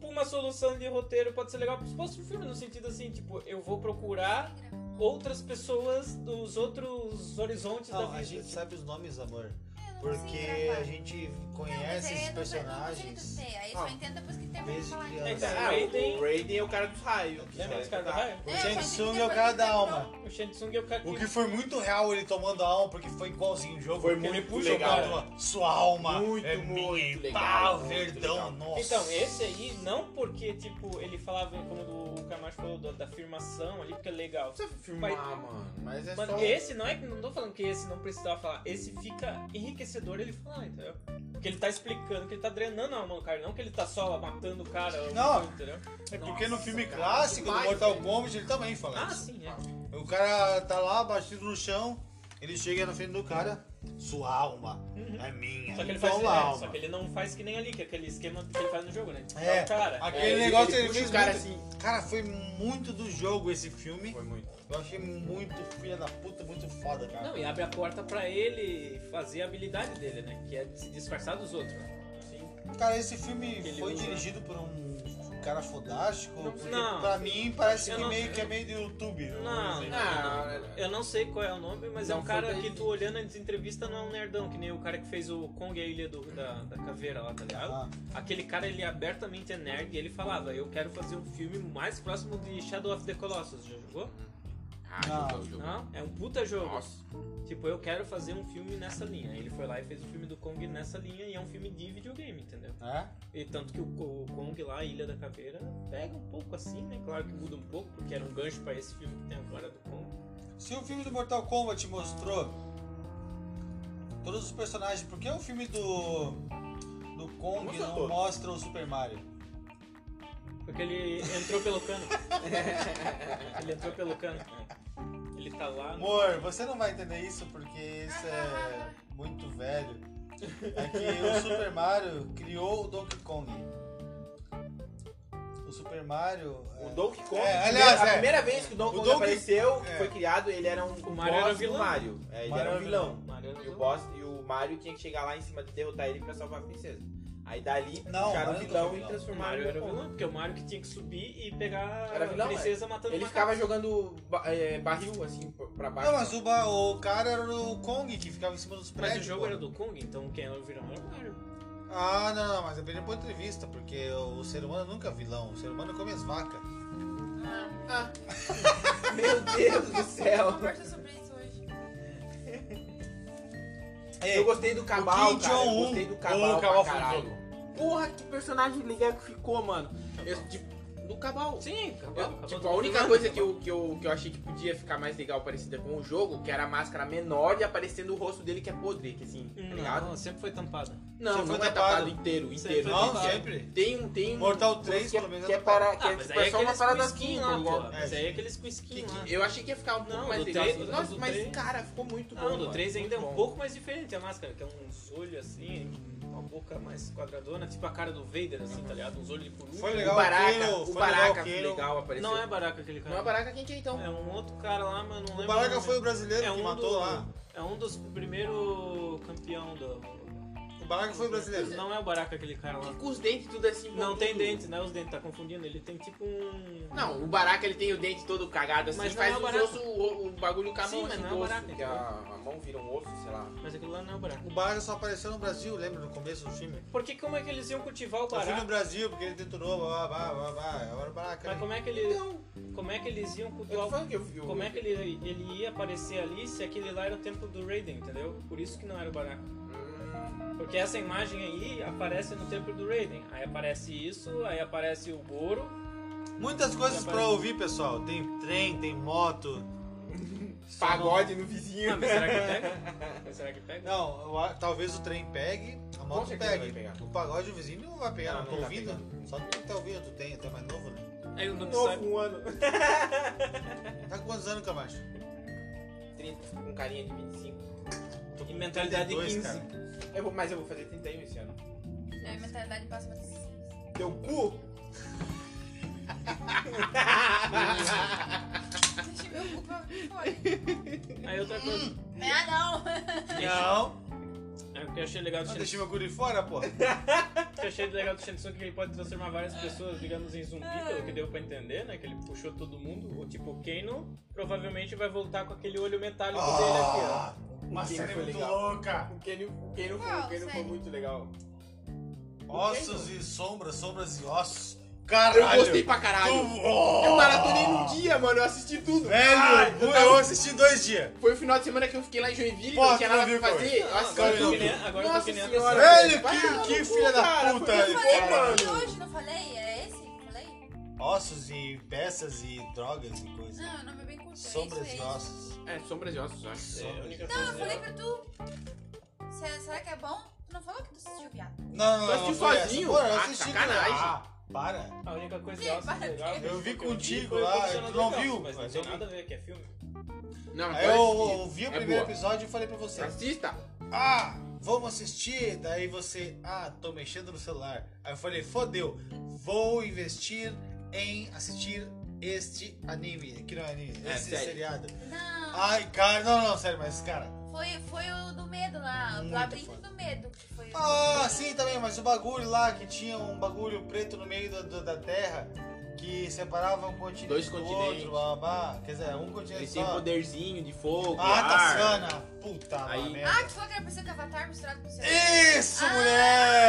D: Por uma solução de roteiro pode ser legal pro próximo filme, no sentido assim, tipo, eu vou procurar outras pessoas dos outros horizontes da
B: Não,
D: vida.
B: a gente sabe os nomes, amor.
C: Eu não
B: Porque
C: consigo gravar.
B: a gente
C: Não, mas
B: conhece
C: aí
B: esses
C: eu não- Não, consigo
B: personagens.
C: dizer, é. aí
A: Ah.
C: só entendo depois que termina de
B: Desde
C: falar.
B: criança.
D: Então,
A: Ah,
D: Raiden-
A: o Raiden é o cara dos raios.
D: Lembra dos caras do raio?
B: O
C: É,
B: Shang
C: mas
B: Tsung
C: tem
B: é o cara
C: depois
B: da
C: que
B: alma.
D: O Shansung é o cara
B: O
D: que...
B: que foi muito real ele tomando a alma, porque foi igualzinho o jogo.
A: Foi
B: Porque ele
A: muito
B: puxa o
A: legal.
B: cara e fala, Sua alma
A: Muito,
B: é
A: muito
B: minha.
A: legal,
B: Pá,
A: muito legal.
B: verdão, nossa.
D: Então, esse aí, não porque, tipo, ele falava, como o Camacho falou, da, da afirmação ali, porque é legal.
A: Não precisa filmar,
D: Mas-
A: mano. Mas é
D: Mano,
B: um-
A: só...
D: esse não é que não tô falando que esse não precisava falar, esse fica enriquecedor ele falar, entendeu? Porque ele tá explicando que ele tá drenando a alma do cara, não que ele tá só matando o cara, ou
B: Não.
D: tudo, entendeu?
B: É porque no
D: Nossa,
B: filme
A: cara,
B: clássico
A: demais,
B: do Mortal
A: velho.
B: Kombat ele também fala
D: Ah,
B: isso.
D: sim, é.
B: O cara tá lá, batido no chão, ele chega na frente do cara. Sua alma é minha.
F: Uhum. Só que ele
B: Toma
F: faz.
B: a
F: é,
B: alma.
F: só que ele não faz que nem ali, que é aquele esquema que ele faz no jogo, né?
B: É,
F: Dá o cara.
B: Aquele
A: ele-
B: negócio
A: ele
B: ele,
A: puxa
B: fez
A: o cara assim.
B: muito- Cara, foi muito do jogo esse filme.
A: Foi muito.
B: Eu achei muito filha da puta, muito foda, cara.
D: Não, e abre a porta pra ele fazer a habilidade dele, né? Que é de se disfarçar dos outros.
B: Cara, esse filme
D: Ele
B: foi
D: usa-
B: dirigido por um cara fodástico? Porque
D: não.
B: pra mim parece
D: Eu
B: que,
D: não-
B: meio, que é meio do YouTube.
D: Não,
B: sei.
A: Não,
D: Eu não sei qual é o nome, mas é
A: Não
D: um
A: foi
D: cara
A: daí.
D: que tu olhando antes de entrevista não é um nerdão, que nem o cara que fez o Kong e a Ilha do, da, da Caveira lá, tá ligado?
B: Ah,
D: Aquele cara, ele abertamente é nerd e ele falava, eu quero fazer um filme mais próximo de Shadow of the Colossus, já jogou?
A: Ah, jogou, jogou.
D: Não? É um puta jogo.
A: Nossa.
D: Tipo, eu quero fazer um filme nessa linha. Ele foi lá e fez o filme do Kong nessa linha e é um filme de videogame, entendeu?
B: é?
D: E tanto que o, o Kong lá, Ilha da Caveira, pega um pouco assim, né? Claro que muda um pouco, porque era um gancho pra esse filme que tem agora do Kong.
B: Se o filme do Mortal Kombat mostrou todos os personagens, por que o filme do. do Kong
A: Mostra
B: não
A: todo.
B: mostra o Super Mario?
D: Porque ele entrou pelo cano. ele entrou pelo cano. Ele tá lá. No...
B: Amor, você não vai entender isso porque isso é muito velho. É que o Super Mario criou o Donkey Kong. O Super Mario.
A: O
B: é,
A: Donkey Kong.
B: É,
A: a
B: aliás,
A: primeira-
B: é.
A: a primeira vez que o Donkey
B: O
A: Kong
B: Donkey-
A: apareceu,
B: é.
A: foi criado, ele era um o
D: Mario era
A: boss do
D: vilão.
A: Mario. É, ele
B: Mario
A: era um
B: era
A: vilão.
D: Mario era
A: E o
D: vilão.
A: boss e o Mario tinha que chegar lá em cima de derrotar ele pra salvar a princesa. Aí dali
B: Não,
A: puxaram o
B: Mario não
A: vilão
B: foi
A: e
B: vilão.
D: O
A: transformaram
D: Mario
A: no
D: era o
A: vilão.
D: vilão, porque é o Mario que tinha que subir e pegar
A: Era vilão, é.
D: a princesa matando
A: Ele
D: o
A: ficava
D: macaco.
A: jogando ba- é, barril assim pra- pra baixo.
B: Não, mas o, ba- o cara era o Kong que ficava em cima dos
D: Mas
B: prédios.
D: o jogo
B: pô.
D: era do Kong, então quem era o vilão era o Mario.
B: Ah, não, não, mas é bem boa entrevista, porque o ser humano nunca é vilão, o ser humano come as vacas.
C: Ah,
A: Meu Deus do
C: eu
D: É,
A: céu.
C: conversei é sobre isso hoje.
B: É,
D: É.
A: Eu gostei do Cabal,
B: Kim
A: cara. Eu
B: Jong-un.
A: gostei do
B: Ou
A: Cabal
B: o Cabal
A: pra
B: foi um
A: caralho. Porra, que personagem legal que ficou, mano. Eu, tipo, do Cabal.
D: Sim, acabou.
A: Eu,
D: acabou
A: tipo,
D: tudo.
A: a única coisa que eu, que, eu, que eu achei que podia ficar mais legal parecida com o jogo, que era a máscara menor e aparecendo o rosto dele que é podre, que assim, tá ligado?
D: Hum, Não, sempre foi tampada.
A: Não,
B: Sempre
A: não
B: foi
A: é tapado
B: tapado.
A: inteiro,
D: Sempre
A: inteiro.
D: foi
B: não,
D: tapado.
B: sempre.
A: Tem um, tem um...
B: Mortal 3,
A: que é,
B: pelo menos,
A: que é
B: é tapado.
A: para, que
D: Ah,
A: é,
D: mas
A: tipo,
D: aí é
A: é só uma
D: aqueles
A: parada
D: cusquinhos
A: skin,
D: lá,
A: tá
D: pô.
A: ligado?
D: Mas
B: É,
D: aí é
B: sim.
D: aqueles cusquinhos lá.
A: Que- que- eu achei que ia ficar um pouco
D: Não,
A: mais
D: do
A: legal.
D: três-
A: Nossa,
D: do
A: mas
D: três-
A: cara, ficou muito bom.
D: Não, do
A: mano.
D: 3 ainda é
A: Muito
D: um
A: bom.
D: pouco mais diferente a máscara, que é uns olhos assim, uma boca mais quadradona, tipo a cara do Vader, assim, tá ligado? Uns olhos de coruja.
B: Foi
A: O
B: legal um-
A: Baraka,
B: Kano,
A: o
B: foi
A: Baraka
B: legal o Kano.
A: legal apareceu.
D: Não é Baraka aquele cara.
A: Não é Baraka quem que é então?
D: É um outro cara lá, mas não lembro.
B: O Baraka
D: nome.
B: foi o brasileiro
D: É
B: que
D: um
B: matou
D: do-
B: lá.
D: É um dos primeiros campeão do.
B: O Baraka foi o brasileiro.
D: Não é o Baraka aquele cara lá.
A: Que com os dentes tudo assim.
D: Não
A: bonito.
D: tem dente, não é os dentes, tá confundindo. Ele tem tipo um.
A: Não, o Baraka ele tem o dente todo cagado assim,
D: Mas não
A: faz
D: é o
A: os
D: Baraka.
A: ossos- o, o bagulho com a mão
D: Sim, mas
A: assim,
D: não é o
A: do osso,
D: Baraka,
A: que a, a mão vira um osso, sei lá.
D: Mas aquilo lá não é o Baraka.
B: O Baraka só apareceu no Brasil, lembra no começo do filme?
D: Por que como é que eles iam cultivar o
B: Eu fui no
D: Baraka?
B: Brasil porque ele detonou, blá blá blá blá blá. Agora o Baraka.
D: Mas
B: né?
D: como é que ele. Como é que eles iam
A: Eu tô
D: cultuar o
A: falando Então, que eu vi o-
D: Como é que ele, ele ia aparecer ali se aquele lá era o templo do Raiden, entendeu? Por isso que não era o Baraka. Porque essa imagem aí aparece no templo do Raiden. Aí aparece isso, aí aparece o Goro.
B: Muitas coisas pra ouvir, pessoal. Tem trem, tem moto.
A: Pagode no vizinho.
D: Ah, mas será que pega? Mas será que pega?
B: Não, eu a- talvez o trem pegue, a moto
A: certeza vai
B: pegue.
A: pegar.
B: O pagode o vizinho não vai pegar,
A: Não,
B: não,
A: não
B: tô
A: vai
B: ouvindo. Só tu que tá ouvindo, tu tem, tu é mais novo, né?
D: Aí o Noob
A: Novo,
D: sabe.
A: um ano.
B: Tá com quantos anos, Camacho?
A: 30, com carinha de 25.
D: E mentalidade
B: 32,
D: 15.
B: cara.
A: Eu vou, mas eu vou fazer 31 esse ano.
C: É, a mentalidade passa pra vocês.
A: Teu cu?
C: Deixa meu cu pra fora.
D: Aí outra coisa.
C: Ah, não!
B: Não.
D: Aí o que eu achei legal do
B: Não deixei
D: Shinsu,
B: meu cu de fora, pô.
D: o que eu achei legal do Shinsu é que ele pode transformar várias pessoas, digamos, em zumbi, pelo que deu pra entender, né? Que ele puxou todo mundo. O tipo, o Kano provavelmente vai voltar com aquele olho metálico dele aqui, ó.
B: Ah, uma
A: Quem
D: é
B: cena
A: foi
B: muito
A: legal?
B: louca.
A: O Kenny, o Kenny, foi,
C: Qual
A: o Kenny foi
C: série?
A: muito legal.
B: Ossos e sombras, sombras e ossos.
A: Eu
B: Caralho.
A: gostei pra caralho.
B: Tu- Oh!
A: Eu maratonei num dia, mano. Eu assisti tudo.
B: Velho,
A: Ai,
B: É, eu,
A: eu tava-
B: assisti dois dias.
A: Foi o final de semana que eu fiquei lá em Joinville,
B: Pô,
A: não tinha
B: tu não
A: nada pra
B: viu, cara?
A: fazer. Eu assisti
D: Agora eu tô
B: Não,
D: que nem,
A: tudo.
D: agora eu tô
A: Nossa
D: que nem a
A: senhora.
D: Tessera.
B: Velho,
A: Vai
B: que,
A: tomar
B: que
A: no cu,
B: filha da
A: cara,
B: puta.
A: foi-
C: Ah, Eu
B: ele-
C: falei pra
B: Caralho.
C: ele hoje, não falei? É esse? Falei?
B: Ossos e peças e drogas e coisa.
C: Não, o nome é bem curto.
B: Sombras
C: é
B: e
C: isso, é isso.
B: ossos.
A: É, sombras e ossos, eu acho.
F: É, a única
C: Não, eu
F: coisa-
B: né?
C: falei pra tu. Se- será que é bom? Tu não falou que tu assistiu viado.
B: Não, não,
A: Tu
B: não.
A: assistiu
B: foi essa.
A: sozinho?
B: Porra, eu
A: Ah,
B: assisti com-
A: sacanagem.
B: Ah, para.
F: A única coisa
C: Ih,
F: que eu acho
C: para
F: legal.
C: Deus.
B: Eu vi
F: que vi
B: contigo
F: foi o
B: lá,
F: Profissional
B: tu não
F: Legal,
B: viu?
F: Mas não
B: Mas
F: tem
B: eu vi.
F: nada a ver, que é filme.
A: Não,
B: Aí
A: então
B: eu
A: assisti.
B: ouvi o
A: É
B: primeiro
A: boa.
B: episódio e falei pra você.
A: Assista.
B: Ah, vamos assistir. Daí você, ah, tô mexendo no celular. Aí eu falei, fodeu, vou investir em assistir este anime. Que não é anime,
A: É,
B: esse
A: sério.
B: seriado.
C: Não,
B: Ai, cara, não, não, sério, mas cara.
C: foi, foi o do medo lá, o
B: Muito
C: labirinto
B: foda.
C: do medo. que Foi o-
B: Ah, sim, também, mas o bagulho lá que tinha um bagulho preto no meio da, da- da terra que separava um continente
G: Dois
B: do
G: continentes.
B: outro, blá, blá, blá. Quer dizer, um continente
G: Eles
B: só.
G: têm poderzinho de fogo.
B: Ah,
G: ar.
B: Tassiana, puta lá,
G: Aí-
B: merda.
C: Ah, que foi aquela pessoa que o Avatar misturado com o seu.
B: É. Isso,
C: Ah!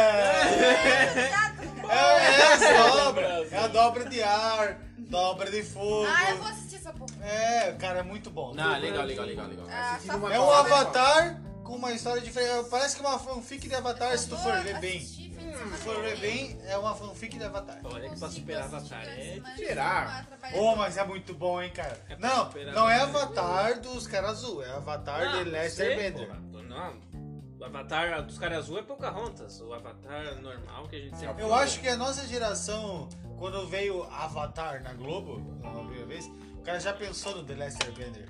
B: mulher!
C: tá
B: É, essa dobra!
F: Brasil.
B: É a dobra de ar, dobra de fogo.
C: Ah, eu vou assistir essa porra.
B: É, cara, é muito bom.
G: Não, legal, legal, legal, legal.
C: Ah,
A: Assistindo
C: só
A: uma
B: É um
A: Qual é,
B: avatar com uma história diferente. Parece que é uma fanfic de avatar, se tu
C: Eu
B: for
C: vou
B: ler bem.
C: assistir, fim de
B: Se
C: semana
B: tu for ler
C: que vem.
B: bem, é uma fanfic de avatar.
D: Olha que pra
C: Consigo
D: superar
C: assistir
D: Avatar
C: durante a
D: é
C: semana,
A: tirar.
C: continuar trabalhando.
B: Oh, mas é muito bom, hein, cara.
D: É pra
B: não,
D: superar
B: não é
D: a barreira.
B: avatar dos caras azul, é avatar
D: Ah,
B: de Lester
D: sei,
B: Bender.
D: porra. Tô- Não, o avatar dos caras azul é Pocahontas. O avatar normal que a gente sempre
B: Eu
D: fala.
B: acho que a nossa geração, quando veio Avatar na Globo, pela primeira vez, o cara já pensou no The Last Airbender.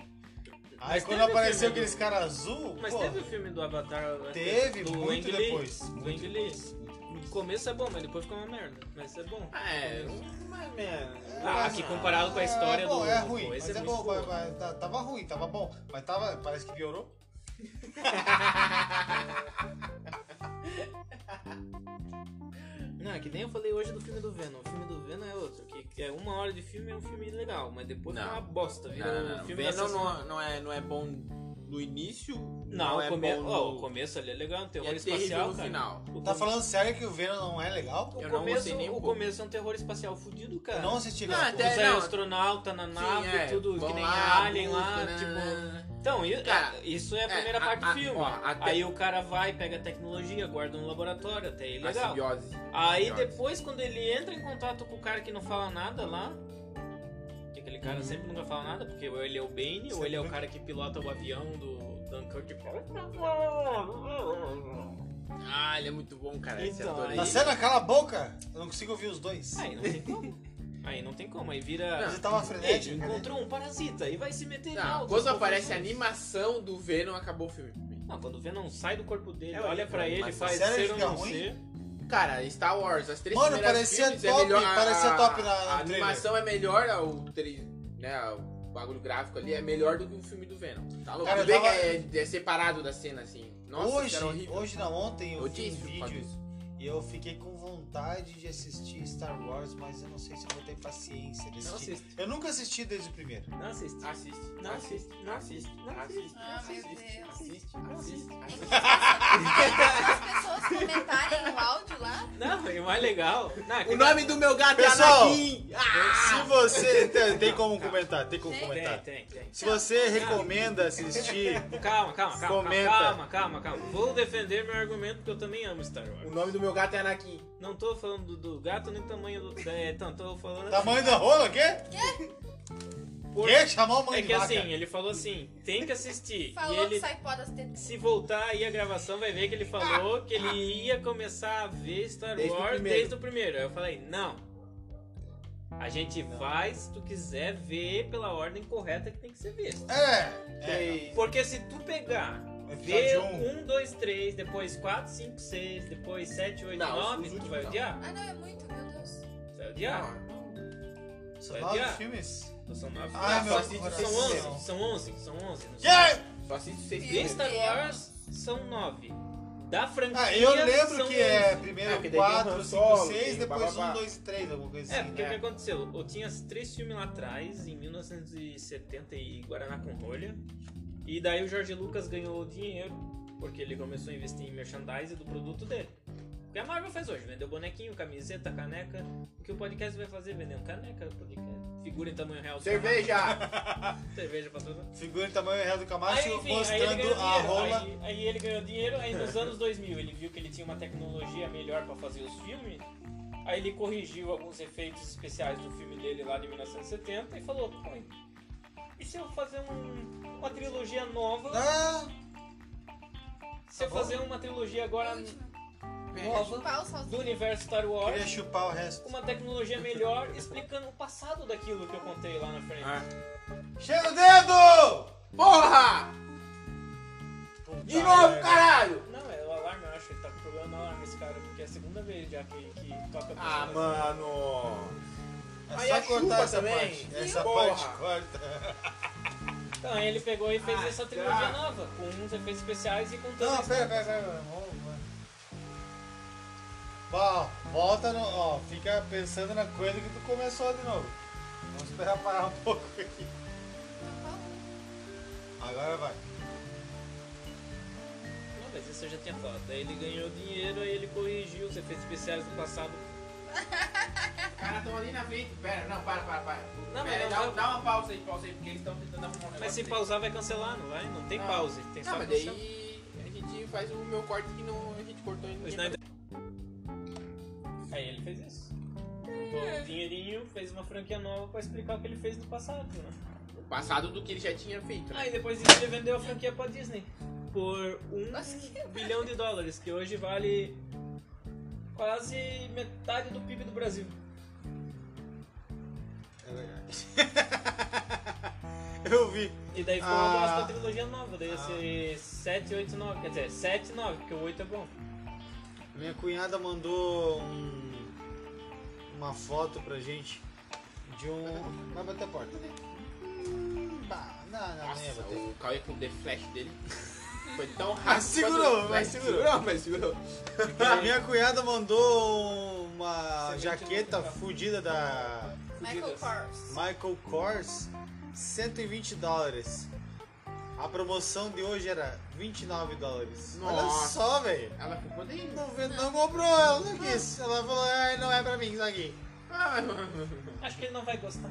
B: Aí
D: Mas
B: quando
D: teve
B: apareceu
D: filme
B: aqueles
D: do-
B: caras azul,
D: Mas
B: pô,
D: teve o filme do Avatar? eu acho que
B: Teve,
D: do
B: muito
D: Ang Lee.
B: depois,
D: Do
B: muito
D: Ang Lee. No começo é bom, mas depois ficou uma merda. Mas é bom.
G: Ah, é.
A: Mas, man,
D: Ah,
B: mas-
D: que comparado com a história
B: é bom,
D: do-
B: é
D: do
B: ruim,
D: coisa,
B: mas
D: é
B: é, bom,
D: muito boa.
B: mas- mas tá- tava ruim, tava bom, mas tava, parece que piorou.
D: Não, é que nem eu falei hoje do filme do Venom. O filme do Venom é outro. Que que é uma hora de filme, é um filme legal. Mas depois
G: Não.
D: fica uma bosta.
G: Não,
D: Vira
G: não, não.
D: um
G: não.
D: filme
G: Venom
D: da sessão-
G: não, não, é, não é bom no início.
D: Não, o,
G: é
D: come-
G: bom no...
D: ó, o começo ali é legal, um
G: e
D: terror
G: é terrível
D: espacial,
G: no
D: cara.
G: final.
D: O
B: Tá
D: come-
B: falando sério que o Venom não é legal?
D: o
G: Eu não
D: começo,
G: gostei nem um
D: o
G: pouco.
D: começo é um terror espacial fudido, cara.
B: Eu não assisti
G: Não,
B: Venom.
G: até-
D: Os
G: é, não.
D: astronauta na nave,
G: Sim, é,
D: tudo que
G: vão
D: nem
G: lá,
D: Alien lá,
G: busca,
D: tipo.
G: né?
D: Então, i-
G: Cara,
D: é, isso é a
G: é,
D: primeira
G: a-
D: parte
G: a-
D: do filme.
G: ó, até-
D: Aí o cara vai, pega a tecnologia, guarda no laboratório, até aí é
G: A
D: legal.
G: simbiose.
D: Aí
G: simbiose.
D: depois, quando ele entra em contato com o cara que não fala nada lá, que aquele cara sempre nunca fala nada, porque ou ele é o Bane, ou ele é o cara que pilota o avião do Dunkirk.
G: Ah, ele é muito bom, cara. esse
D: Então,
G: ator aí.
B: Tá sendo cala a boca? Eu não consigo ouvir os dois.
D: Aí não tem como. Aí não tem como, aí vira.
B: Você tava
D: Ele
B: frenético, né?
D: encontrou um parasita e vai se meter em
G: Não,
D: altas
G: quando aparece a
D: confusões.
G: animação do Venom, acabou o filme. pra mim.
D: Não, quando o Venom sai do corpo dele,
F: É,
D: olha
F: olha,
D: pra ele,
G: mas
D: faz
B: sério
D: ser
B: que
D: ou
B: fica
D: não
B: ruim?
D: ser.
G: Cara, Star Wars, as três
B: Mano,
G: primeiras
B: parecia
G: filmes
B: top,
G: é melhor, a-
B: parecia top na-
G: A
B: no trailer.
G: animação é melhor, a- o, tri- né, o bagulho gráfico ali é melhor do que o filme do Venom. Tá louco?
B: Cara,
G: Tu vê
B: eu tava-
G: que é, é separado da cena, assim. Nossa, isso
D: é
B: hoje,
G: era horrível.
B: hoje não, ontem eu,
G: Eu
B: vi um
G: disse,
B: vídeo
G: faz isso.
B: e eu fiquei com vontade de assistir Star Wars, mas eu não sei se eu vou ter paciência de
D: Não
B: assistir.
D: assiste,
B: Eu nunca assisti desde o primeiro.
D: não assiste.
G: Assiste,
D: Não
G: assiste,
D: assiste,
G: não assiste, não assiste,
C: Ah, meu
G: assiste,
C: Deus.
G: assiste,
D: Não
G: assiste,
C: Tem que
G: assiste.
C: deixar as pessoas comentarem o áudio lá.
D: Não, e o mais legal. Não, é que-
G: O nome do meu gato
B: Pessoal,
G: é Anakin! Ah!
B: Se você. Tem, tem como comentar, tem como
C: Tem,
B: comentar.
D: Tem, tem, tem.
B: Se você recomenda assistir.
D: Calma, calma, calma.
B: Comenta.
D: Calma, calma, calma. Vou defender meu argumento porque eu também amo Star
G: O
D: Wars.
G: nome do meu gato é Anakin.
D: Não tô falando do, do gato nem do tamanho do. É, então, tô falando.
G: Tá
B: Tamanho da rola, o quê?
D: Por-
B: Quê? Chamar o mãe
D: É
B: de
D: que
B: vaca.
D: assim, ele falou assim: tem que assistir.
C: Falou
D: e ele
C: que sai pó das tetas.
D: Se voltar aí a gravação, vai ver que ele falou que ele ia começar a ver Star
G: Desde o
D: Wars
G: primeiro.
D: desde o primeiro. Aí eu falei, não. A gente vai, se tu quiser, ver pela ordem correta que tem que ser visto.
B: É, é.
D: Porque se tu pegar, ver
B: Episódio 1.
D: 1, 2, 3, um, depois 4, 5, 6, depois 7, 8,
G: Não, os-
D: 9,
G: os
D: tu
G: últimos
D: vai
G: não.
D: odiar.
C: Ah, não, é muito, meu Deus.
D: Tu vai odiar.
B: um. São
D: Vai
B: nove
D: adiar.
B: filmes?
D: Então São 9.
B: Ai, Ah, meu
G: assiste
B: coração.
D: são 11, são 11, são 11. não sei.
B: Yeah!
G: Só assiste os seis
C: Meu
D: De
G: primeiros.
D: Star
C: Deus.
D: Wars, são 9. Da franquia,
B: Ah, eu lembro
D: são
B: que é
D: 11.
B: primeiro
G: É, porque daí tem o
B: 4,
G: Han
B: 5,
G: Solo,
B: 6,
G: tem o
B: depois
G: bababá.
B: 1, 2 e 3, alguma coisa
D: É,
B: assim.
D: porque o que
B: né?
D: aconteceu? Eu tinha esses três filmes lá atrás, em 1970 e Guaraná com rolha. E daí o Jorge Lucas ganhou dinheiro, porque ele começou a investir em merchandising do produto dele. O que a Marvel faz hoje? Vendeu bonequinho, camiseta, caneca. O que o podcast vai fazer? Vendendo caneca, podcast, figura em tamanho real. do
G: Cerveja!
D: Camacho, Cerveja pra todo mundo.
B: Figura em tamanho real do Camacho
D: Aí, enfim, aí ele
B: mostrando
D: ganhou
B: a
D: dinheiro.
B: rola.
D: Aí, aí ele ganhou dinheiro, aí nos anos 2000 ele viu que ele tinha uma tecnologia melhor pra fazer os filmes. Aí ele corrigiu alguns efeitos especiais do filme dele lá de 1970 e falou: pô, e se eu fazer um- uma trilogia nova?
B: Ah,
D: Se eu
B: bom.
D: fazer uma trilogia agora
C: Último.
D: nova
C: Chupar o
D: do
C: salzinho.
D: universo Star
B: queria
D: Wars
B: chupar o resto.
D: com uma tecnologia melhor explicando o passado daquilo que eu contei Ah.
B: Ah.
D: lá na frente.
G: Ah.
B: Chega o dedo!
G: Porra!
D: Puta
B: Tá,
A: De novo,
D: merda.
A: caralho!
D: Não, é o alarme, eu acho. Ele tá com problema no alarme, esse cara. Porque é a segunda vez já que, que toca
A: Ah,
D: problemas.
A: mano!
B: É
A: Aí
B: só
A: a
B: cortar
A: chupa
B: essa
A: também.
B: parte. Essa
A: Porra.
B: parte corta.
D: Então, aí ele pegou e fez
A: Ah,
D: essa
A: já.
D: trilogia nova, com uns efeitos especiais e com tudo.
B: Não, pera, pera, pera. Vamos, vamos. Ó, volta no. Ó, fica pensando na coisa que tu começou de novo. Vamos esperar parar um pouco aqui. Agora vai.
D: Não, mas isso eu já tinha falado. Daí ele ganhou dinheiro, aí ele corrigiu os efeitos especiais do passado.
A: Os caras estão ali na frente. Pera, não, para, para, para.
D: Não,
A: Pera,
D: mas
A: É, dá, um
D: eu-
A: dá uma pausa aí, pausa aí, porque eles estão tentando arrumar um negócio.
D: Mas se
A: aí.
D: pausar vai cancelar, não vai? Não tem
A: Não.
D: pause, tem só
A: Não, mas
D: cancelar.
A: daí a gente faz o meu corte que não, a gente cortou e
D: O
A: ninguém
D: Snyder... Aí ele fez isso. Juntou
C: É.
D: um dinheirinho, fez uma franquia nova pra explicar o que ele fez no passado, né?
A: O passado do que ele já tinha feito. né?
D: Aí depois disso ele vendeu a franquia pra Disney por um
C: Nossa, que-
D: bilhão de dólares, que hoje vale quase metade do PIB do Brasil.
B: É verdade. Eu vi.
D: E daí ficou uma
B: Ah.
D: bosta a trilogia nova, daí ia ser 7, 8, 9, quer dizer, 7, 9, porque o 8 é bom.
B: Minha cunhada mandou um- uma foto pra gente de um. Vai bater a porta, né? Hum, bah, não, não, não ia
A: Nossa,
B: bater.
A: o Cauê com o The Flash dele foi tão rápido.
B: é, Mas segurou,
A: quanto-
B: mas segurou.
A: mas segurou.
B: A minha cunhada mandou uma
D: Semente
B: jaqueta
A: tá
D: nunca.
B: fudida da
C: Michael Kors.
B: Michael Kors, 120 dólares. A promoção de hoje era 29 dólares. Olha
A: Nossa.
B: só, velho.
A: Ela ficou daí.
B: Não, vendo- não comprou, ela não quis. Ela falou, ai, não é pra mim isso aqui.
A: Ah,
D: Acho que ele não vai gostar.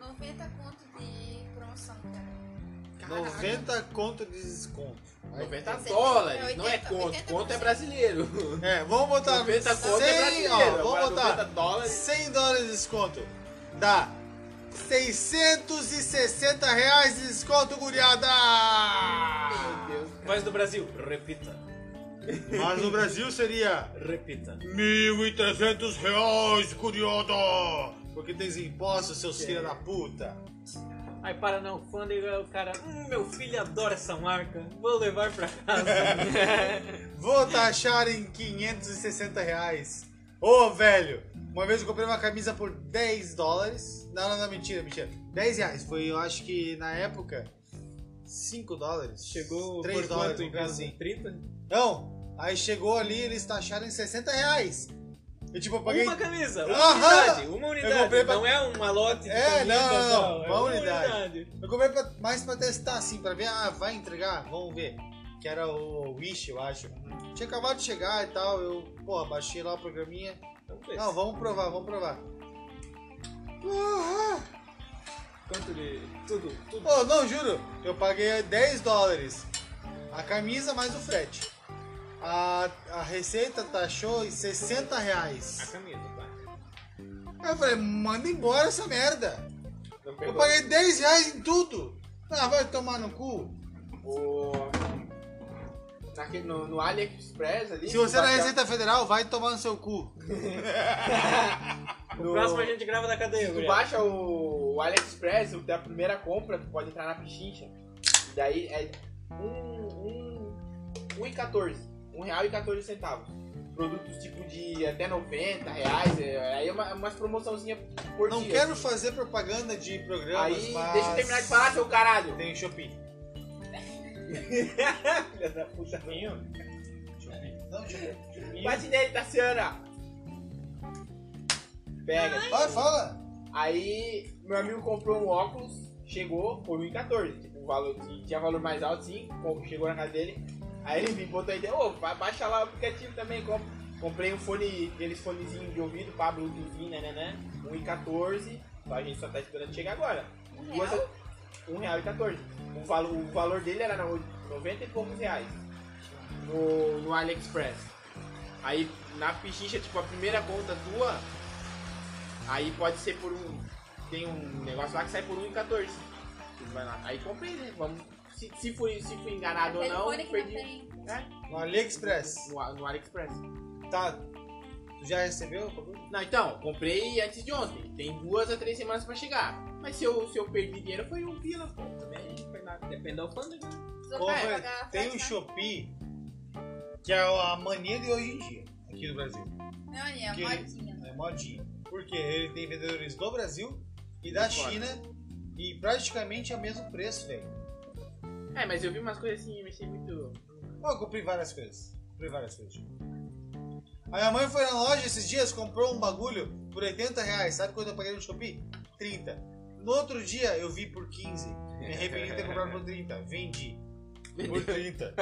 C: 90 conto de promoção, cara.
A: Caraca.
B: 90 conto de desconto. Vai.
A: 90
C: 80,
A: dólares, não é
C: 80,
A: conto.
C: 80%.
A: Conto é brasileiro.
B: É, vamos botar
A: 90 conto é
B: 100,
A: brasileiro.
B: ó,
A: agora
B: vamos
A: 90
B: botar
A: dólares.
B: 100 dólares de desconto. Dá 660 reais de desconto, guriada!
A: Meu Deus.
D: Voz do Brasil, repita,
B: Mas no Brasil seria
D: repita.
B: 1.300 reais, curioso! Porque tem os impostos, seus filha da puta.
D: Aí para na alfândega, o cara, hum, meu filho adora essa marca, vou levar pra casa.
B: Vou taxar em 560 reais. Ô, velho! Uma vez eu comprei uma camisa por 10 dólares. Não, não, não, mentira, mentira. 10 reais. Foi, eu acho que na época, 5 dólares.
D: Chegou
B: 3
D: por
B: dólares,
D: quanto então? em
B: uma coisa
D: casa?
B: assim.
D: 30?
B: Não, aí chegou ali eles taxaram em 60 reais. Eu tipo, eu paguei
D: Uma camisa, uma
B: Aham!
D: unidade, uma unidade.
B: comprei pra-
D: Não é um malote de
B: É,
D: camisas,
B: não, não, não,
D: é
B: uma unidade. Eu comprei pra- mais pra testar, assim, pra ver, ah, vai entregar? Vamos ver. Que era o Wish, eu acho. Tinha acabado de chegar e tal, eu, pô, baixei lá o programinha.
D: Vamos ver
B: Não, vamos provar, vamos provar. Porra!
D: Quanto de... Tudo, tudo.
B: Pô, não, juro, eu paguei 10 dólares. A camisa mais o frete. A, a receita taxou em 60
D: A
B: reais.
D: camisa, tá?
B: Aí eu falei, manda embora essa merda.
A: Não
B: Eu
A: pegou.
B: paguei 10 reais em tudo. Ah, vai tomar no cu.
A: O... Naquele, no, no AliExpress ali.
B: Se você é da
A: baixar-
B: Receita Federal, vai tomar no seu cu.
A: No-
D: Próximo a gente grava da cadeia,
A: Tu
D: guria.
A: baixa o, o AliExpress, o da primeira compra, tu pode entrar na pichincha. E daí é 1 e 14. um real e 14 centavos. Produtos tipo de até 90 reais. é, Aí é uma, umas promoçãozinhas por
B: Não
A: dia.
B: quero fazer propaganda de programas,
A: Aí,
B: mas...
A: deixa eu terminar de falar, seu caralho.
B: Tem Shopee.
A: Filha da puta.
B: Não, Shopee.
A: Bate nele, Tassiana. Pega.
B: Vai, fala.
A: Aí meu amigo comprou um óculos, chegou por 1,14. Tipo, o valor, tinha valor mais alto sim, com- chegou na casa dele. Aí ele me botou a ideia, ô, ba- baixa lá o aplicativo também, comp- comprei um fone, aqueles fonezinhos de ouvido, Pablo Luzinho, né, né, né? 1,14. Só a gente só tá esperando chegar agora.
C: Um
A: Duas-
C: real?
A: um real e 14. O, valo, o valor dele era no- 90 e poucos reais no, no AliExpress. Aí na pichincha, tipo, a primeira conta tua, aí pode ser por um. Tem um negócio lá que sai por 1,14. Tu Vai lá. Aí comprei, né? Vamos. Se, se, fui, se fui enganado ou
C: Aquele
A: não,
C: fone que não
A: perdi
C: tem.
B: No AliExpress.
A: no, A- no AliExpress.
B: Tá. Tu já recebeu? Comprou?
A: Não, então, comprei antes de ontem. Tem duas a três semanas pra chegar. Mas se eu, se eu perdi dinheiro foi um pila, pô. Também não foi nada.
D: Depende da alfândega.
C: Precisou
B: Ô,
C: pagar
B: velho,
C: a
B: tem
C: festa.
B: um Shopee que é a mania de hoje em dia, aqui no Brasil.
C: Não, ele é
B: que-
C: modinha.
B: É modinha. Porque ele tem vendedores do Brasil e da China e praticamente é o mesmo preço, velho.
A: É, mas eu vi umas coisas assim, mexi muito.
B: Ó, Eu comprei várias coisas. Comprei várias coisas. A minha mãe foi na loja esses dias, comprou um bagulho por 80 reais. Sabe quanto eu paguei no Shopee? 30. No outro dia eu vi por 15. Me arrependi de ter comprado por 30. Vendi. Por 30.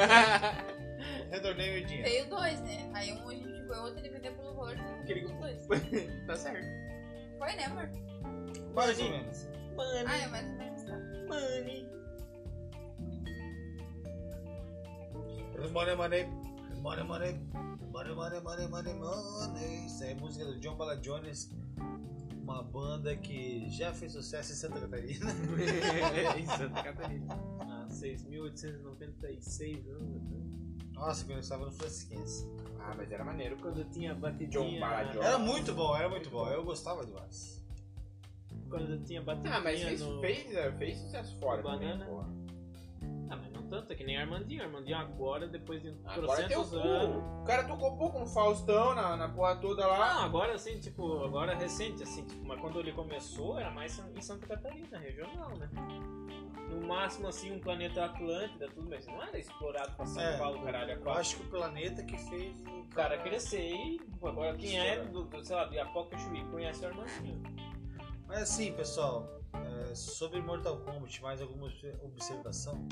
B: Retornei meu dinheiro.
C: Veio dois, né? Aí um a gente foi outro, ele vendeu pelo valor que ele comprou os dois.
A: Tá certo.
C: Foi, né, amor?
B: Mais ou menos.
C: Ah, é mais ou menos tá.
B: Money, money. Money, money. Money, money, money, money, money. Isso aí é música do John Bala Jones. Uma banda que já fez sucesso em Santa Catarina.
A: em Santa Catarina.
D: Ah, 6.896 anos atrás.
B: Nossa, quando eu estava no Francisquense.
A: Ah, mas era maneiro.
D: Quando tinha
H: John
D: batidinha.
H: Baladio.
B: Era muito bom, era muito bom. Eu gostava demais.
D: Quando tinha batidinha
A: Ah, mas fez,
D: no.
A: fez, é, fez sucesso fora.
D: Banana.
A: também, porra.
D: Ah, mas não tanto, é que nem a Armandinho. A Armandinho agora, depois de
A: Agora tem o
D: trocentos anos.
A: cu. O cara tocou pouco no Faustão, na, na porra toda lá.
D: Não, agora assim, tipo, agora recente, assim, tipo, mas quando ele começou era mais em Santa Catarina, regional, né? No máximo, assim, um planeta Atlântida, tudo, mas não era explorado pra São
B: É,
D: Paulo, caralho, a
B: Eu
D: quatro.
B: acho que o planeta que fez o
D: O cara crescer e pô, agora quem é, do, do, sei lá, de Apocachuí conhece o Armandinho.
B: Mas assim, pessoal, é, sobre Mortal Kombat, mais alguma obse- observação?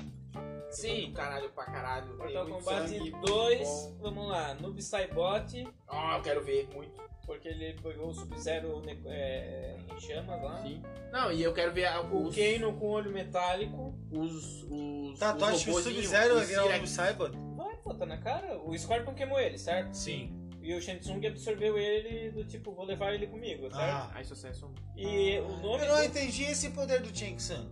D: Sim,
A: Caralho pra caralho.
D: Mortal
A: Tem muito
D: Kombat
A: sangue,
D: 2,
A: muito bom.
D: vamos lá, Noob Saibot,
A: Ah, eu quero ver muito.
D: porque ele pegou o Sub-Zero né, é, em chamas lá.
A: Sim. Não, e eu quero ver a,
D: O
A: os,
D: Kano com olho metálico.
A: os, os.
B: Tá,
A: os
B: tu acha que o
A: robozinhos,
B: Sub-Zero vai
A: os
B: virar um o
A: T-Rex.
B: Noob Saibot?
D: Vai, pô, tá na cara. O Scorpion queimou ele, certo?
B: Sim.
D: E o Shensung absorveu ele do tipo, vou levar ele comigo, certo?
B: Ah,
A: Ai, sucesso.
D: E o nome.
B: eu não
D: do...
B: entendi esse poder do Chang San.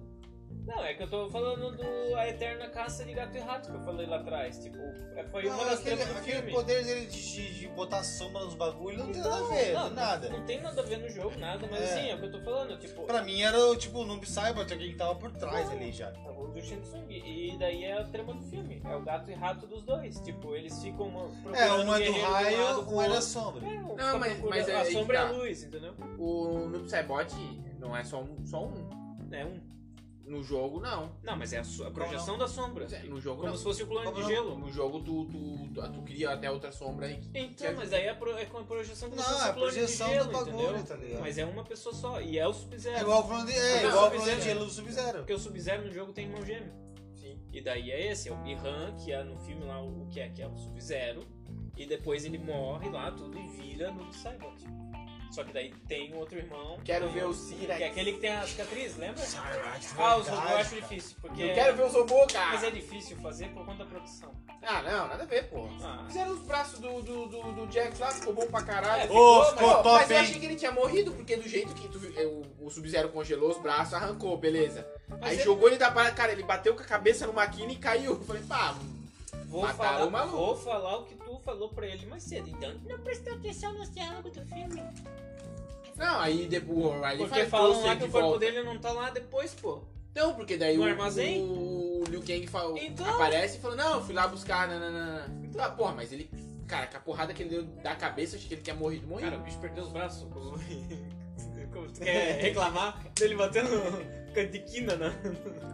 D: não, é que eu tô falando do A Eterna Caça de Gato e Rato que eu falei lá atrás. Tipo, é- foi uma
B: Ah,
D: das
B: aquele,
D: tramas do
B: aquele
D: filme.
B: poder dele de, de- de botar sombra nos bagulhos não tem nada a
D: Então,
B: ver,
D: não,
B: nada.
D: Não tem nada a ver no jogo, nada, mas
B: É.
D: assim, é o que eu tô falando. Tipo,
B: Pra mim era o, tipo o Noob Saibot, aquele que tava por trás
D: Não.
B: ali já.
D: é o do Shensung. E daí é a trama do filme. É o gato e rato dos dois. Tipo, eles ficam uma- procurando
B: É, uma é
D: guerreiro
B: do
D: um lado
B: raio,
D: pro
B: uma é da
D: outro.
B: sombra.
D: É, um
A: Não,
D: fica
A: mas-
D: procurando-
A: mas é
D: a
A: aí que
D: sombra é
A: tá.
D: a luz, entendeu?
A: O Noob Saibot não é só um, só um.
D: É um.
A: No jogo, não.
D: Não, mas é a, so- a projeção da sombra. Tipo,
A: No jogo,
D: Como
A: não.
D: se fosse o clone
B: Como
D: de
B: não?
D: gelo.
A: No jogo, tu, tu, tu, tu cria até outra sombra aí. que-
D: Então, mas aí é, pro, é com a projeção como
B: Não,
D: se fosse
B: é a
D: um clone
B: projeção
D: de gelo,
B: do bagulho,
D: entendeu?
B: tá ligado?
D: Mas é uma pessoa só, e é o Sub-Zero.
B: É igual o Fernando- é,
D: Não,
B: igual o
D: Sub-Zero.
B: Fernando Gelo do Sub-Zero.
D: Porque o Sub-Zero no jogo tem irmão gêmeo.
A: Sim.
D: E daí é esse, é o Mihan, que é no filme lá o que é, que é o Sub-Zero. E depois ele morre lá, tudo, e vira no Cyborg. Só que daí tem um outro irmão.
A: Quero
D: que-
A: ver o Cyrax.
D: Que é aquele que tem a cicatriz, lembra? Ah,
B: Ah,
D: os robôs eu acho difícil, porque...
A: Eu quero ver o Sobô, cara.
D: É. Mas é difícil fazer por conta da produção.
A: Ah, não, nada a ver, pô.
D: Ah.
A: Fizeram os braços do, do, do, do Jax lá, ficou bom pra caralho.
D: É,
B: Ô,
A: mas,
B: ficou
A: ó,
B: top,
A: mas eu
B: hein?
A: achei que ele tinha morrido, porque do jeito que tu, é, o, o Sub-Zero congelou os braços, arrancou, beleza.
D: Mas é,
A: Aí
D: ele-
A: jogou ele da parada, cara, ele bateu com a cabeça no máquina e caiu. Eu Falei, pá,
D: Vou
A: Mataram
D: falar,
A: o maluco.
D: vou falar o que tu falou pra ele mais cedo. Então, não prestou atenção no diálogo do filme.
A: não, aí depois o Riley
D: Porque falam lá que o corpo dele não tá lá depois, pô.
A: Então, porque daí
D: No
A: o,
D: armazém?
A: o Liu Kang fala,
D: Então.
A: aparece e fala, não, eu fui lá buscar, nananana. Então, ah, porra, mas ele, cara, com a porrada que ele deu da cabeça, achei que ele tinha morrido, morrido.
D: Cara, o bicho perdeu os braços. É, Como, como tu quer reclamar dele batendo cantiquina, né?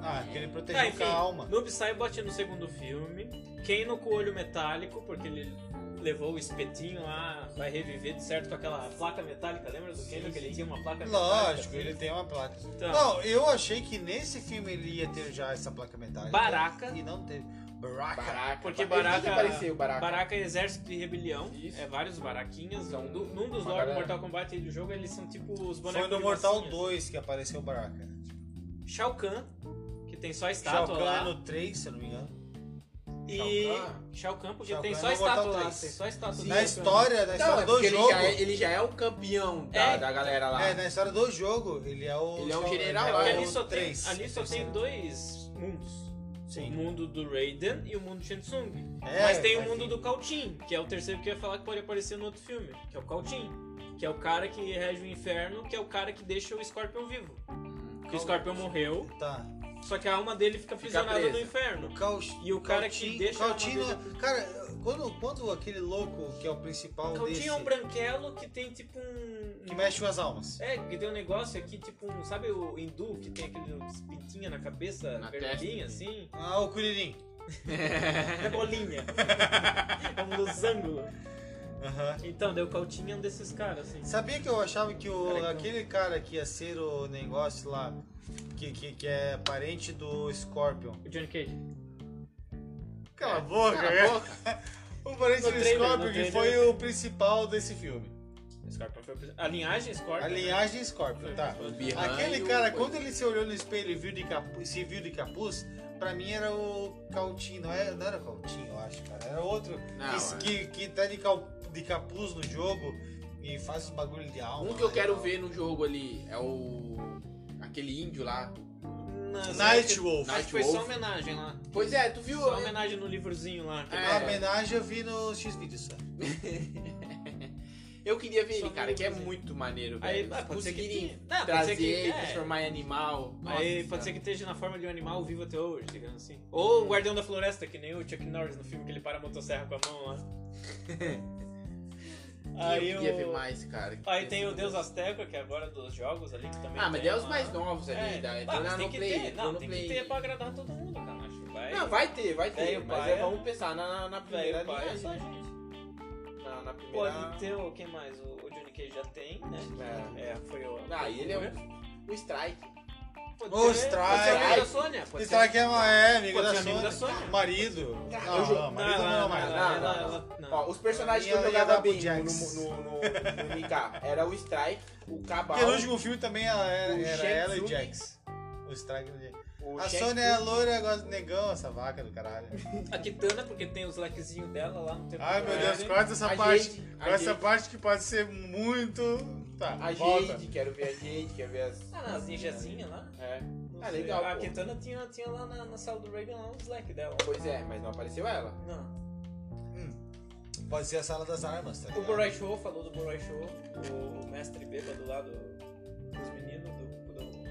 B: Ah, que ele protegeu
D: Tá, enfim.
B: com a alma.
D: Noob Saibot é no segundo filme. Kano com o olho metálico, porque ele levou o espetinho lá, vai reviver de certo com aquela placa metálica. Lembra do Kano que ele tinha uma placa metálica?
B: Lógico, ele tem uma placa.
D: Então,
B: Não, eu achei que nesse filme ele ia ter já essa placa metálica.
D: Baraca.
B: E não teve. Baraca.
A: Baraca,
D: Porque
A: ba- ele
D: Baraka-
A: que apareceu, Baraka.
D: Baraka é exército de rebelião.
A: Isso.
D: É vários baraquinhas.
A: São
D: Do- num
A: uma
D: dos lords do
A: galera.
D: Mortal Kombat aí do jogo, eles são tipo os bonecos.
B: Foi no
D: de
B: Mortal
D: massinhas.
B: 2 que apareceu o Baraca.
D: Shao Kahn, que tem só
B: Shao
D: estátua
B: Kahn é
D: lá.
B: no 3, se eu não me engano.
D: E.
A: Shao Kahn.
D: Shao Kahn, porque
B: Shao
D: tem
B: Kahn
D: só
B: é no Mortal
D: estátua lá. Tem
B: 3.
D: só estátua do
B: Na
D: Shao Kahn.
B: história, na
A: Não,
B: história
A: é
B: do
A: porque ele
B: jogo.
A: já, é, ele já é o campeão da,
D: É.
A: da galera lá.
B: É, na história do jogo, ele é o.
A: Ele é o
B: Shao-
A: general lá,
D: Porque
B: ele
A: é
D: ali
B: o
D: só, tem,
B: 3.
D: ali só tem dois mundos. O
B: Sim.
D: mundo do Raiden e o mundo do Shinsung.
B: É,
D: Mas tem o
B: mas
D: mundo
B: tem-
D: do Cautim, que é o terceiro que eu ia falar que pode aparecer no outro filme, que é o Cautim. Que é o cara que rege o inferno, que é o cara que deixa o Scorpion vivo. Que o Scorpion morreu,
B: Tá.
D: Só que a alma dele fica aprisionada no
G: presa.
D: inferno.
B: Caos-
D: E o cara que
B: Cautinho-
D: deixa a alma
B: Cautinho-
D: dele-
B: Cara, quando, quando aquele louco que é o principal desse,
D: Caldinho é um branquelo que tem tipo um.
B: que mexe com as almas.
D: É, que tem um negócio aqui, tipo um. Sabe o hindu que tem aquele pintinha na cabeça,
A: Na
D: vermelhinha
A: testa.
D: assim?
B: Ah, o Curirim.
D: É bolinha. é um losango.
B: Aham.
D: Então, daí o Caldinho é um desses caras, assim.
B: Sabia que eu achava que o,
D: Carecão.
B: aquele cara que ia ser o negócio lá, que, que, que é parente do Scorpion.
D: O Johnny Cage. É.
B: Cala a boca, cara. O parente
D: No
B: do
D: trailer,
B: Scorpion
D: no
B: que
D: trailer.
B: foi o principal desse filme.
D: Scorpion foi o pres- A linhagem né? Scorpion.
B: A linhagem Scorpion, tá.
A: Birran e
B: Aquele
A: o
B: cara,
A: coisa.
B: quando ele se olhou no espelho e viu de capu- se viu de capuz, pra mim era o Cautinho, não era, não era o Cautinho, eu acho, cara. Era outro
A: Não,
B: que,
A: é.
B: que, que tá de, cal- de capuz no jogo e faz os bagulho de alma.
A: Um que eu
B: né?
A: quero ver no jogo ali é o. aquele índio lá.
D: Nas-
B: Nightwolf.
D: Acho é que foi só
A: Nightwolf.
D: homenagem lá.
A: Pois é, tu viu?
D: Só homenagem no livrozinho lá. que
A: É.
B: A
D: ele fala.
B: homenagem eu vi no X-Videos. só.
A: Eu queria ver
D: Só
A: ele, cara, que é
D: homenagem.
A: muito maneiro,
D: Aí,
A: velho.
D: ah, pode ser que
A: Conseguirem
D: tenha. Não, pode
A: trazer,
D: ser que- é.
A: transformar em animal. Nossa,
D: Aí pode ser que esteja na forma de um animal vivo até hoje, digamos assim. Ou o Guardião da Floresta, que nem o Chuck Norris no filme que ele para a motosserra com a mão lá.
A: cara.
D: aí
A: Eu queria
D: o-
A: ver mais, cara.
D: aí tem o Deus Azteca, que é agora dos jogos ali, que também
A: Ah, mas
D: tem
A: é os
D: uma-
A: mais novos ali, né?
D: É,
A: da,
D: ah,
A: entrou
D: mas
A: na
D: tem
A: no
D: que
A: Play.
D: ter,
A: entrou
D: não,
A: no
D: tem
A: Play.
D: que ter pra agradar todo mundo, cara, tipo, acho. Vai,
A: Não, vai ter, vai ter.
D: Daí o
A: mas
D: pai
A: é,
D: é-
A: vamos pensar na, na
D: vai,
A: primeira
D: vai,
A: linha.
D: é só
A: né?
D: gente.
A: Na, na primeira.
D: Pode ter o que mais? O, o Johnny Cage já tem, né? É, foi o...
A: Ah, e ele é um, um strike.
D: Pode
B: O
D: ser-
B: Strike.
D: Pode ser amigo da Sônia. Pode
B: Esse
D: ser.
B: cara que é, é amigo
D: Pode
B: da
D: ser amigo da
B: Sônia.
D: Sônia.
B: Marido.
A: Eu
B: Não,
A: jo-
B: não, marido não,
D: não,
B: não, marido.
A: é não,
D: não,
A: não,
D: ela- não.
A: Ó, os personagens que eu
B: Ia- ia
A: jogava
B: dar pro
A: bem no,
B: Jax.
A: no, no, no, no MK era o Strike, o Cabal,
B: Porque no último filme também ela era,
A: O
B: era
A: Shang
B: ela e o
A: Tsung.
B: Jax. O Strike do Jax.
A: o
B: A
A: Shang
B: Sônia é a
A: Tsung.
B: loira, gosta do negão, essa vaca do caralho.
D: A Kitana, porque tem os likezinhos dela lá no tempo.
B: Ai meu Deus, corta essa
A: A
B: parte.
A: Jade, a
B: Corta essa
A: Jade.
B: parte que pode ser muito. Tá,
A: A
B: volta.
A: Jade, quero ver a Jade, quero ver as...
D: Ah, não, as ninjazinhas lá.
A: É.
D: Não
A: Ah,
D: sei. tá.
A: legal,
D: A
A: pô.
D: Kitana tinha, tinha lá na, na sala do Raven lá uns like dela.
A: Pois é, mas não apareceu ela.
D: Não.
B: Pode ser a sala das armas, tá
D: O
B: ligado?
D: Borai Show falou do Borai Show, o mestre bêbado lá do, dos meninos, do. do,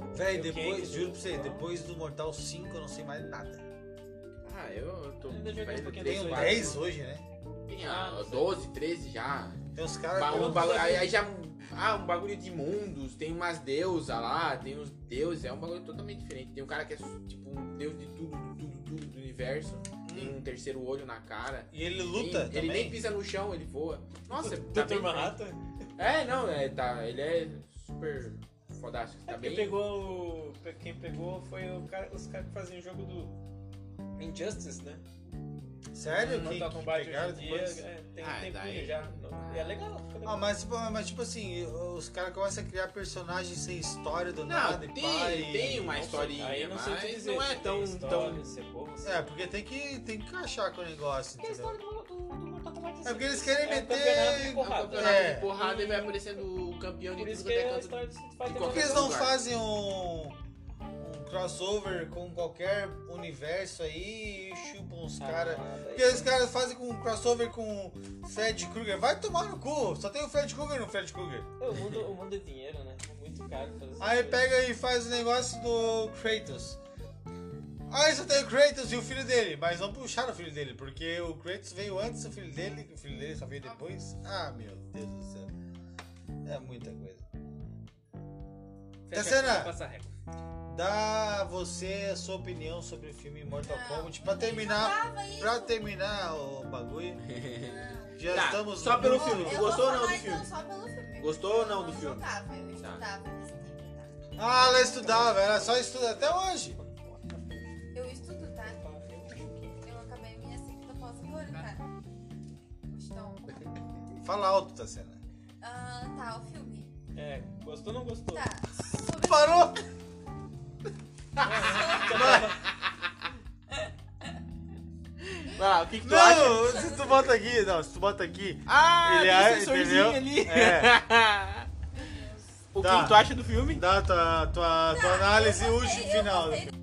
D: do
B: Véi,
D: do Kang,
B: depois,
D: do-
B: juro pra você,
D: do-
B: depois do Mortal 5 eu não sei mais nada.
A: Ah, eu tô...
D: Ainda joguei um
A: faz
D: pouquinho
A: três,
B: Tem
D: do
A: quatro.
B: 10 hoje, né?
A: Tinha 12, 13 já.
B: Tem uns caras.
A: Ba- um
D: Todos
A: bagulho-
D: os
A: aí, aí já. Ah, um bagulho de mundos, tem umas deusas lá, tem uns deuses, é um bagulho totalmente diferente. Tem um cara que é tipo um deus de tudo, de tudo, tudo do universo, tem
D: Hum.
A: um terceiro olho na cara.
B: E ele luta
A: Tem-
B: também.
A: ele nem pisa no chão, ele voa. Nossa, tá
D: Dr.
A: bem
D: Manhattan?
A: diferente. É, não, é, tá, ele é super fodástico, tá
D: É, quem
A: bem.
D: pegou, o- pe- quem pegou foi o cara, os caras que faziam o jogo do Injustice, né?
B: Sério? Que,
D: Mortal
B: que
D: Kombat
B: pegaram
D: hoje em dia,
B: depois?
D: é, tem
A: Ah,
D: um tempinho
A: daí-
D: já. não- E é legal. fica legal.
B: Ah, mas, tipo- mas tipo assim, os caras começam a criar personagens sem história do
A: Não,
B: nada
A: tem,
B: e pai.
A: tem uma
D: Não sei,
A: historinha,
D: aí não sei te
A: mas
D: dizer
A: não
D: se
A: é
D: tem
A: tão,
D: história,
A: tão.
D: se é boa, se
B: É, porque tem que, tem que encaixar com o negócio,
D: Que a
B: entendeu?
D: história do, do, do Mortal Kombat assim,
B: É porque eles querem
D: é um campeonato de
B: meter.
A: É um
D: porrada.
A: campeonato
B: É.
A: de porrada e vai aparecendo o campeão é de
D: Por isso
A: tudo
D: que é
A: até
D: a
A: canto.
D: história de Street Fighter
A: Por
B: Por
A: que
B: que
D: é
B: eles
D: legal.
B: não
A: lugar.
B: fazem um, um crossover com qualquer universo aí e chupam os
D: Ah,
B: caras? Porque os caras fazem com um crossover com o Fred Krueger. Vai tomar no cu! Só tem o Fred Krueger no Fred Krueger.
D: O mundo, o mundo é dinheiro, né? É muito caro fazer essas
B: Aí
D: coisas.
B: pega e faz o negócio do Kratos. Aí só tem o Kratos e o filho dele, mas não puxaram o filho dele, porque o Kratos veio antes do filho dele, o filho dele só veio depois. Ah, meu Deus do céu. É muita coisa.
D: Fecha
B: Cassiana.
D: a conta, passa a régua.
B: Dá você a sua opinião sobre o filme Mortal
C: Não,
B: Kombat pra terminar,
C: Falava isso.
B: pra terminar o bagulho. Já
A: Tá,
B: estamos
A: só
B: no-
A: pelo
C: Ô,
A: filme.
C: eu
A: gostou
C: vou
A: ou não
C: falar,
A: do filme?
C: então, só pelo filme.
A: Gostou ou não do
C: Eu
A: filme?
C: Jogava, eu
A: Tá.
C: estudava nesse tempo, tá?
B: Ah, ela estudava, ela só estuda até hoje.
C: Eu estudo, tá? Eu acabei minha segunda pós-doutora, tá? Então,
B: Fala alto, tá Tassena.
C: ah, tá, o filme.
D: É, gostou ou não gostou?
C: Tá. Sobre
B: Parou!
A: Vai lá, o que, que tu acha?
B: Não, se tu bota aqui, não, se tu bota aqui.
A: Ah,
B: Ele
A: ele
B: é-
A: tem um sensorzinho ali.
B: entendeu? É.
A: o
B: Tá.
A: que tu acha do filme?
B: Dá tua, tua, tua
C: Tá,
B: análise
C: eu
B: e
C: gostei,
B: último
C: eu
B: final.
C: gostei do